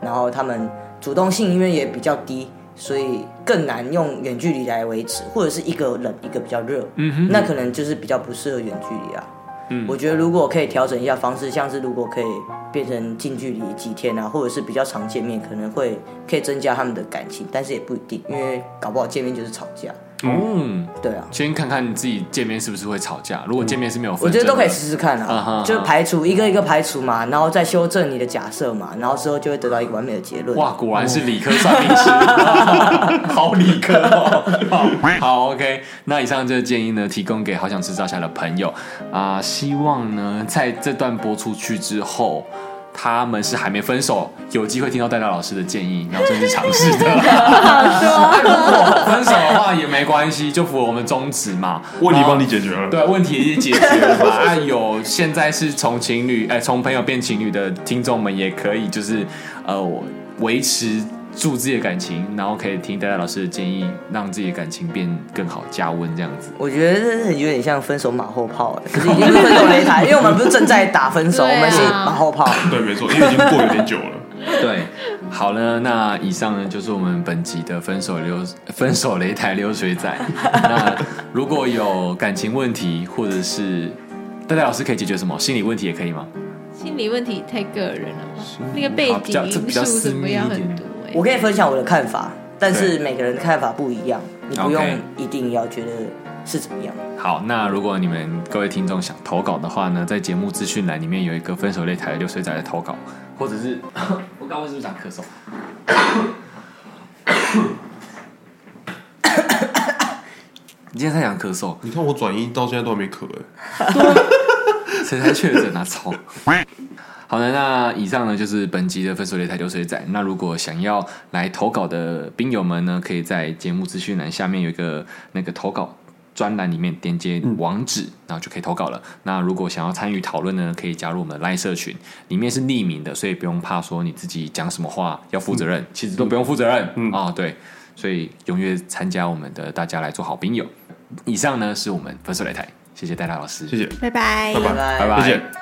[SPEAKER 3] 然后他们主动性因为也比较低，所以更难用远距离来维持，或者是一个冷一个比较热，嗯哼，那可能就是比较不适合远距离啊。嗯，我觉得如果可以调整一下方式，像是如果可以变成近距离几天啊，或者是比较常见面，可能会可以增加他们的感情，但是也不一定，因为搞不好见面就是吵架，
[SPEAKER 1] 嗯，
[SPEAKER 3] 对啊，
[SPEAKER 1] 先看看自己见面是不是会吵架。如果见面是没有
[SPEAKER 3] 我
[SPEAKER 1] 纷
[SPEAKER 3] 觉
[SPEAKER 1] 争
[SPEAKER 3] 得
[SPEAKER 1] 的，
[SPEAKER 3] 都可以试试看
[SPEAKER 1] 啊哈
[SPEAKER 3] 啊，就是排除一个一个排除嘛，然后再修正你的假设嘛，然后之后就会得到一个完美的结论。
[SPEAKER 1] 哇，果然是理科算命师，好理科哦。好好，OK。那以上这个建议呢，提供给好想吃炸虾的朋友啊、希望呢在这段播出去之后。他们是还没分手，有机会听到戴戴老师的建议，然后甚至尝试的。啊如果 分手的话也没关系，就符合我们宗旨嘛。
[SPEAKER 2] 问题
[SPEAKER 1] 然后
[SPEAKER 2] 帮你解决了。
[SPEAKER 1] 对，问题已经解决了嘛？啊，有现在是从情侣，哎、从朋友变情侣的听众们也可以，就是呃，我维持住自己的感情，然后可以听戴戴老师的建议，让自己的感情变更好，加温这样子。
[SPEAKER 3] 我觉得这是有点像分手马后炮， 哎可是已经是分手擂台，因为我们不是正在打分手，
[SPEAKER 4] 对啊
[SPEAKER 3] 我们是马后炮。
[SPEAKER 2] 对，没错，因为已经过有点久了。
[SPEAKER 1] 对，好了，那以上呢就是我们本集的分手流 分手擂台流水仔。那如果有感情问题，或者是戴戴老师可以解决什么心理问题也可以吗？
[SPEAKER 4] 心理问题太个人了吧，那个背
[SPEAKER 1] 好比较
[SPEAKER 4] 景
[SPEAKER 1] 这
[SPEAKER 4] 因
[SPEAKER 1] 比较
[SPEAKER 4] 素
[SPEAKER 1] 私
[SPEAKER 4] 什么
[SPEAKER 1] 密
[SPEAKER 4] 要
[SPEAKER 1] 一
[SPEAKER 4] 很
[SPEAKER 1] 点
[SPEAKER 4] 多、欸。
[SPEAKER 3] 我可以分享我的看法，但是
[SPEAKER 1] 对
[SPEAKER 3] 每个人的看法不一样，你不用
[SPEAKER 1] OK
[SPEAKER 3] 一定要觉得是怎么样。
[SPEAKER 1] 好，那如果你们各位听众想投稿的话呢，在节目资讯栏里面有一个分手擂台流水仔的投稿，或者是 我刚刚为什么想咳嗽？ 你今天才想咳嗽，
[SPEAKER 2] 你看我转移到现在都还没咳哎、
[SPEAKER 1] 谁才确诊啊？操！好的，那以上呢就是本集的分手擂台流水仔。那如果想要来投稿的兵友们呢，可以在节目资讯栏下面有一个那个投稿专栏里面点接网址，然后就可以投稿了。那如果想要参与讨论呢，可以加入我们的 LINE 社群，里面是匿名的，所以不用怕说你自己讲什么话要负责任，其实都不用负责任啊、
[SPEAKER 2] 嗯
[SPEAKER 1] 对，所以踊跃参加我们的，大家来做好兵友。以上呢是我们分手擂台，谢谢戴拉老师，
[SPEAKER 2] 谢谢，
[SPEAKER 4] 拜拜
[SPEAKER 2] 拜
[SPEAKER 3] 拜
[SPEAKER 1] 拜拜。
[SPEAKER 2] 谢谢。